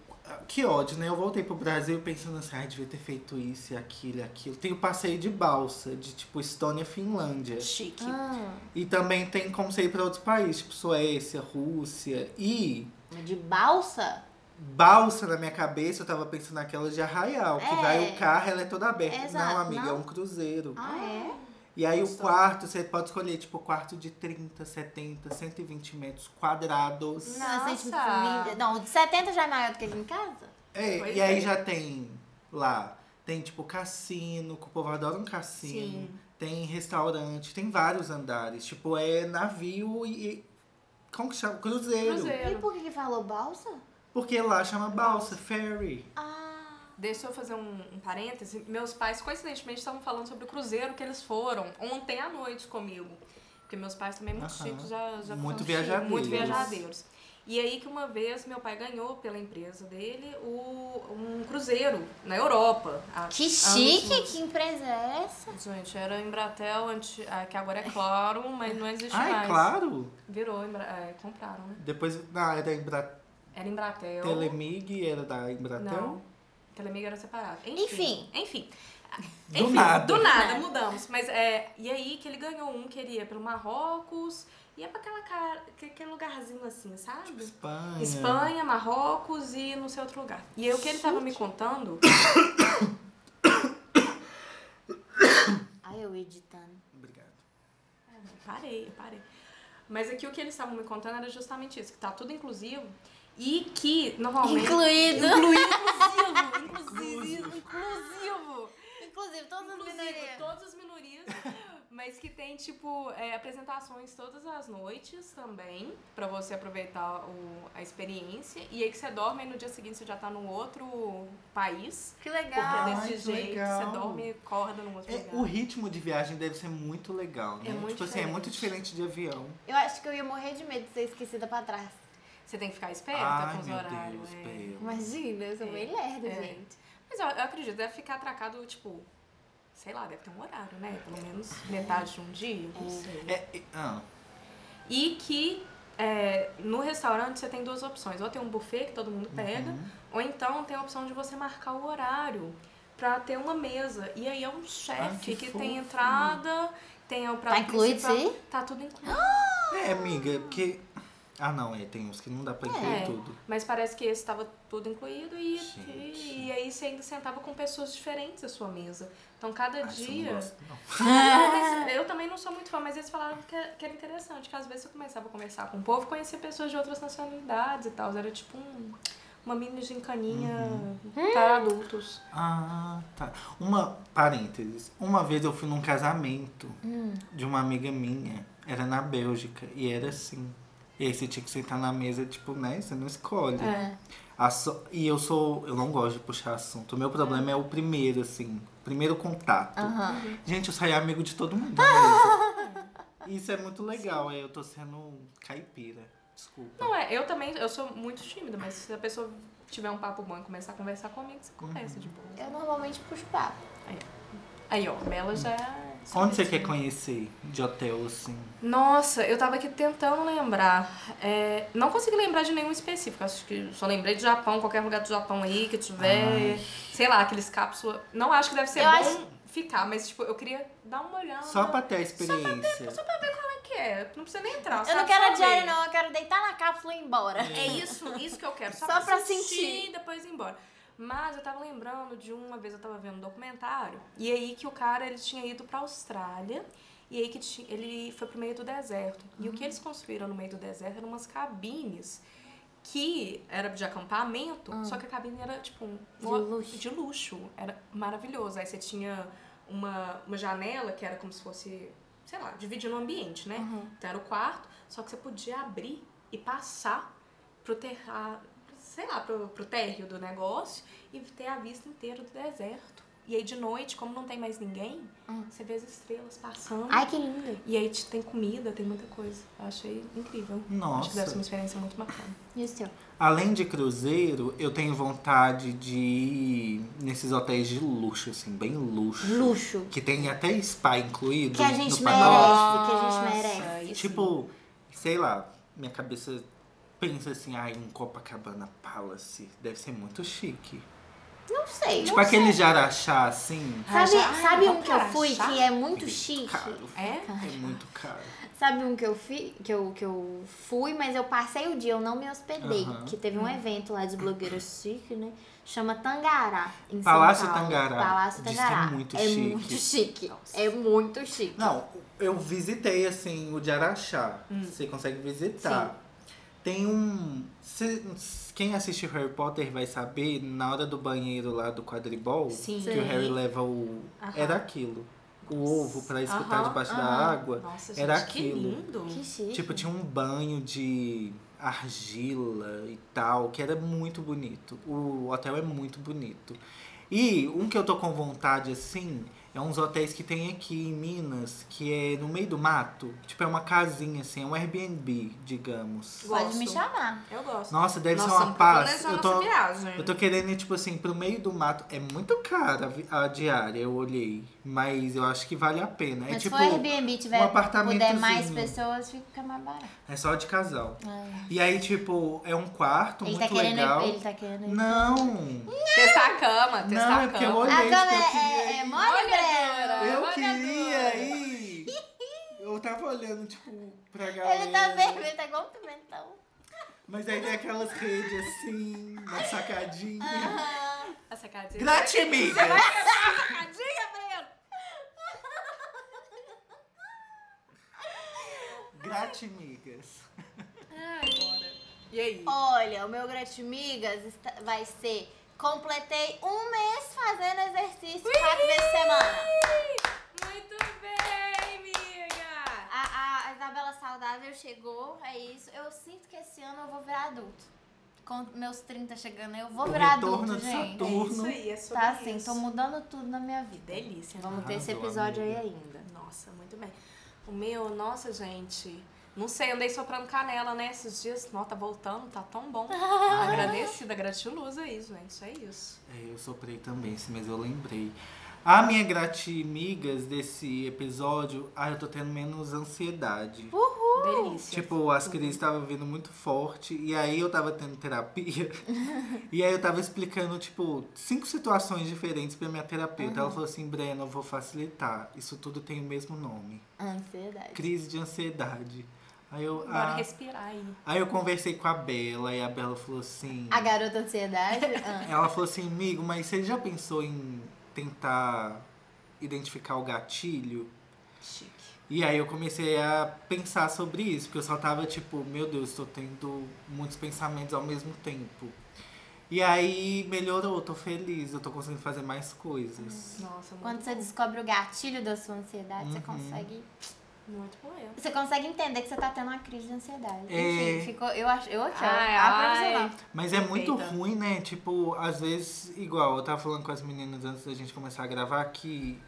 Que ódio, né? Eu voltei pro Brasil pensando assim, ai, devia ter feito isso, e aquilo, e aquilo. Tem o passeio de balsa, de tipo Estônia, Finlândia.
Chique.
Ah.
E também tem como você ir pra outros países, tipo Suécia, Rússia. E
de balsa?
balsa na minha cabeça, eu tava pensando naquela de Arraial, que
É.
vai o carro, ela é toda aberta.
Exato,
Não, amiga, é
não.
um cruzeiro.
Ah, é?
E aí o
Gostoso.
quarto, você pode escolher, tipo, quarto de 30, 70, 120 metros quadrados.
Não.
Nossa.
Nossa.
Nossa. tipo, Não, o de 70 já é maior do que aqui em casa.
É,
Pois
e aí
é.
já tem lá, tem tipo cassino, que o povo adora um cassino.
Sim.
Tem restaurante, tem vários andares. Tipo, é navio e. e- como que chama? Cruzeiro.
E
é? Cruzeiro.
por que, que falou balsa?
Porque lá chama balsa, ferry.
Ah,
Deixa eu fazer um, um parêntese. Meus pais, coincidentemente, estavam falando sobre o cruzeiro que eles foram ontem à noite comigo. Porque meus pais também muito
Aham.
chiques, já, já
Muito
são chiques,
viajadeiros.
É muito viajadeiros. E aí que uma vez meu pai ganhou pela empresa dele o, um cruzeiro na Europa. há
que
anos
chique! Que empresa é essa?
Gente, era Embratel, anti- ah, que agora é Claro, mas não existe
Ah,
mais.
é claro!
Virou, Embra- é, compraram, né?
Depois, na era da Embratel,
Era Embratel.
Telemig era da Embratel.
Não, Telemiga era separado.
Enfim.
Enfim. Enfim.
Do nada.
Do
Nada.
nada, mudamos. Mas é, e aí que ele ganhou um que ele ia pelo Marrocos, ia pra aquela cara, que- aquele lugarzinho assim, sabe?
Espanha.
Espanha, Marrocos e não sei outro lugar. E aí o que ele tava me contando
Ai, eu editando.
Obrigado.
Parei, eu parei. Mas aqui o que eles estavam me contando era justamente isso, que tá tudo inclusivo e que normalmente...
Incluído.
Incluído, inclusivo, inclusivo, inclusivo.
Inclusive, todos os
Inclusive,
minorias.
todas as minorias, mas que tem, tipo, é, apresentações todas as noites também, pra você aproveitar o- a experiência. E aí que você dorme e no dia seguinte você já tá num outro país.
Que
Porque
legal.
Ai,
é
Ah, que
desse jeito,
legal.
você dorme e acorda num outro
É,
lugar.
o ritmo de viagem deve ser muito legal, né?
É muito
tipo assim, é
diferente.
muito diferente de avião.
Eu acho que eu ia morrer de medo de ser esquecida pra trás.
Você tem que ficar esperta
Ai,
É, tá com os
meu
horários.
Deus,
é.
Bel.
Imagina, eu sou
É,
meio lerda,
é.
gente.
Mas eu, eu acredito, deve ficar atracado, tipo, sei lá, deve ter um horário, né? Pelo menos metade de um dia, não sei.
É, é, ah,
E que é, no restaurante você tem duas opções. Ou tem um buffet que todo mundo pega,
Uhum.
ou então tem a opção de você marcar o horário pra ter uma mesa. E aí é um
Ah,
chefe
que
que,
fofo.
tem entrada, tem o prato
Tá incluído isso
principal.
aí?
Tá tudo incluído.
É, amiga, porque. Ah, não, é, tem uns que não dá pra incluir
É.
tudo.
Mas parece que esse tava tudo incluído e,
Gente.
e, aí você ainda sentava com pessoas diferentes à sua mesa. Então cada
Ah, isso eu
dia.
não gosto, não.
Não, mas eu também não sou muito fã, mas eles falaram que é- que era interessante, que às vezes eu começava a conversar com o povo, conhecia pessoas de outras nacionalidades e tal. Era tipo um- uma mini gincaninha para adultos.
Ah, tá. Uma, parênteses. Uma vez eu fui num casamento de uma amiga minha. Era na Bélgica. E era assim. E aí você tinha que sentar na mesa, tipo, né? Você não escolhe.
É.
A so- E eu sou. Eu não gosto de puxar assunto. O meu problema é o primeiro, assim. Primeiro contato.
Aham.
Gente, eu saí amigo de todo mundo. mesmo. Isso é muito legal. Aí eu tô sendo caipira. Desculpa.
Não é, eu também, eu sou muito tímida, mas se a pessoa tiver um papo bom e começar a conversar comigo, você
Uhum.
conversa de boa.
Eu normalmente puxo papo.
Aí, ó, Bela já.
Onde você quer conhecer de hotel, assim?
Nossa, eu tava aqui tentando lembrar. É, não consegui lembrar de nenhum específico. Acho que só lembrei de Japão, qualquer lugar do Japão aí que tiver. Sei lá, aqueles cápsulas. Não acho que deve ser
Eu
bom
acho-
ficar, mas tipo, eu queria dar uma olhada.
Só pra ter a experiência.
Como é que é? Não precisa nem entrar.
Eu
sabe?
não quero a
Só ver.
diária, não. Eu quero deitar na cápsula e ir embora.
É isso, isso que eu quero. Só,
Só pra
pra sentir
sentir.
e depois ir embora. Mas eu tava lembrando de uma vez eu tava vendo um documentário e aí que o cara ele tinha ido pra Austrália e aí que ti- ele foi pro meio do deserto. E
Uhum.
o que eles construíram no meio do deserto eram umas cabines que era de acampamento, só que a cabine era tipo um,
Ah. De luxo.
de luxo. Era maravilhoso. Aí você tinha uma, uma janela que era como se fosse, sei lá, dividindo o ambiente, né?
Uhum.
Então era o quarto, só que você podia abrir e passar pro terra, sei lá, pro, pro térreo do negócio e ter a vista inteira do deserto. E aí de noite, como não tem mais ninguém, você vê as estrelas passando.
Hum. Ai, que lindo.
E aí te- tem comida, tem muita coisa. Eu achei incrível. Acho que deve ser
Nossa.
uma experiência muito bacana.
E o seu?
Além de cruzeiro, eu tenho vontade de ir nesses hotéis de luxo, assim, bem luxo.
Luxo.
Que tem até spa incluído.
Que a gente
no
merece,
pacote.
que a gente merece.
Nossa, aí sim.
Tipo, sei lá, minha cabeça pensa assim, ai, um Copacabana Palace. Deve ser muito chique.
Não sei.
Tipo aquele jarachá, assim.
Sabe,
Ai,
sabe
Ah, vamos
um que eu
pra
fui
achar?
que é muito chique?
Caro.
É?
É muito caro.
Sabe um que eu, fi, que, eu, que eu fui, mas eu passei o dia, eu não me hospedei.
Aham.
Que teve um evento lá dos blogueiros chique, né? Chama Tangará. Em
Palácio
São Paulo.
Tangará.
Palácio
Diz que é
Tangará.
muito
é
chique.
muito chique. É muito chique.
Não, eu visitei, assim, o de Araxá.
Hum.
Você consegue visitar. Tem um... se- quem assiste Harry Potter vai saber, na hora do banheiro lá do quadribol,
é
Sim.
que o
Sim.
Harry leva o...
Aham.
Era aquilo. O ovo pra escutar
Aham,
debaixo
aham.
da água.
Nossa,
Era
gente, que
aquilo.
lindo.
Que chique.
Tipo, tinha um banho de argila e tal, que era muito bonito. O hotel é muito bonito. E um que eu tô com vontade, assim, é uns hotéis que tem aqui em Minas, que é no meio do mato. Tipo, é uma casinha, assim, é um Airbnb, digamos.
Gosto.
Pode me chamar.
Eu gosto.
Nossa, deve
Nós
ser uma
estamos
paz.
planejando
Eu
nossa
tô,
viagem.
eu tô querendo ir, tipo assim, pro meio do mato. É muito cara a vi- a, diária, eu olhei. Mas eu acho que vale a pena.
Mas
é tipo,
se for Airbnb, tiver,
um apartamentozinho.
puder mais pessoas, fica mais barato.
é só de casal. E aí, tipo, é um quarto
Ele
muito
tá, querendo,
legal.
ele tá querendo.
Não!
Testar a cama, testar
Não,
a
é porque eu
cama.
olhei,
A
tipo,
cama
eu
é, é,
queria
é
ir.
mole, Breno?
Olha,
Eu
olha,
queria
Duda.
ir! Eu tava olhando, tipo, pra galera.
Ele tá vermelho, tá igual um pimentão.
Mas aí tem aquelas redes assim, na sacadinha.
Ah.
A sacadinha.
Gratimiga!
Sacadinha, Breno.
Gratimigas.
Ai, bora. E aí?
Olha, o meu Gratimigas está- vai ser... Completei um mês fazendo exercício quatro vezes por semana.
Muito bem, amiga.
A, a Isabela Saudável chegou, é isso. Eu sinto que esse ano eu vou virar adulto. Com meus 30 chegando, eu vou
O
virar
retorno
adulto,
de
gente.
Saturno.
Isso aí, é sobre
Tá assim,
isso.
tô mudando tudo na minha vida.
Delícia.
Vamos ter esse
Arrasou,
episódio
amiga.
aí ainda.
Nossa, muito bem. O meu, nossa, gente. Não sei, andei soprando canela, né? Esses dias. Nossa, tá voltando, tá tão bom. Agradecida, gratiluz aí, gente. É isso.
É, eu soprei também esse mês, eu lembrei. A minha gratimigas desse episódio, ah, eu tô tendo menos ansiedade.
Delícia.
Tipo, as crises estavam vindo muito forte. E aí eu tava tendo terapia. e aí eu tava explicando, tipo, cinco situações diferentes pra minha terapeuta. Ela falou assim, Breno, eu vou facilitar. Isso tudo tem o mesmo nome.
Ansiedade.
Crise de ansiedade. Aí eu,
Bora
ah,
respirar aí.
aí eu conversei com a Bela e a Bela falou assim.
A garota ansiedade. ah.
Ela falou assim, amigo, mas você já pensou em tentar identificar o gatilho?
Chique.
E aí eu comecei a pensar sobre isso, porque eu só tava tipo, meu Deus, tô tendo muitos pensamentos ao mesmo tempo. E aí melhorou, tô feliz, eu tô conseguindo fazer mais coisas.
Nossa, muito
Quando você
bom.
descobre o gatilho da sua ansiedade, você
Uhum.
consegue.
Muito é. poema.
Você consegue entender que você tá tendo uma crise de ansiedade.
É.
Enfim, ficou. Eu acho. Eu aqui, ó. ah,
Ai,
a
ai.
profissional.
Mas é muito
Perfeita.
ruim, né? Tipo, às vezes, igual, eu tava falando com as meninas antes da gente começar a gravar que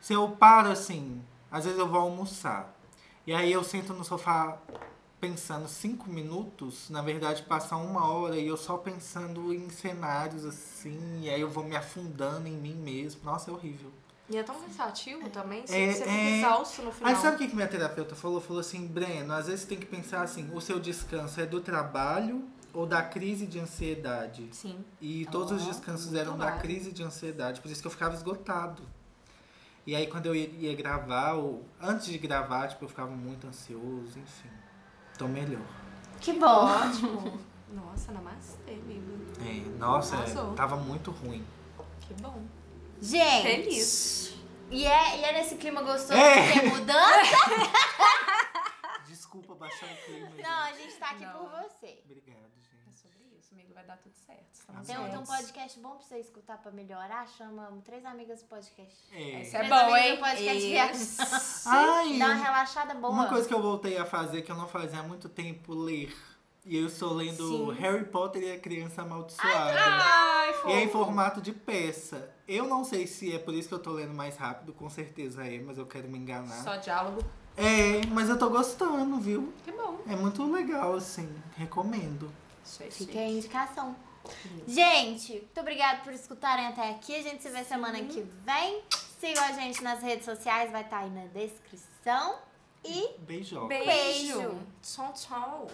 se eu paro assim, às vezes eu vou almoçar. E aí eu sento no sofá pensando cinco minutos, na verdade passa uma hora e eu só pensando em cenários assim, e aí eu vou me afundando em mim mesmo. Nossa, é horrível.
E é tão cansativo também. Você,
É,
você fica
é.
exausto no final.
Aí sabe o que que minha terapeuta falou? Falou assim, Breno, às vezes você tem que pensar assim, o seu descanso é do trabalho ou da crise de ansiedade?
Sim.
E todos os
Ó,
descansos
Ah, muito
eram da
válido.
crise de ansiedade, por isso que eu ficava esgotado. E aí quando eu ia, ia gravar, ou antes de gravar, tipo, eu ficava muito ansioso, enfim. Tô melhor.
Que bom.
Ótimo. Nossa, namastê, amigo.
É, nossa, é,
Arrasou.
tava muito ruim.
Que bom.
Gente.
Feliz.
E é, e é nesse clima gostoso
É.
que tem mudança?
Desculpa baixar o clima.
Não, a
é
gente.
gente tá aqui
Não.
por você.
Obrigado,
É
gente.
sobre isso, amigo. Vai dar tudo certo. Estamos
Tem um, tem um
juntos.
podcast bom pra você escutar pra melhorar? Chama Três Amigas do Podcast.
É.
Esse é
Mas
bom,
também
hein?
no podcast viaja.
Esse-
Ai,
Dá uma relaxada boa.
uma coisa que eu voltei a fazer que eu não fazia há muito tempo, ler. E eu estou lendo
Sim. Ah, tá.
Harry Potter e a Criança Amaldiçoada.
Ai,
E é em
fofo.
formato de peça. Eu não sei se é por isso que eu tô lendo mais rápido, com certeza é, mas eu quero me enganar.
Só diálogo.
É, mas eu tô gostando, viu?
Que bom.
É muito legal, assim. Recomendo.
Isso aí,
Fica
chique.
aí a indicação. Gente, muito obrigada por escutarem até aqui. A gente se vê semana que vem. Sigam a gente nas redes sociais, vai estar aí na descrição. E
Beijoca.
Beijo.
Beijo.
Tchau, tchau.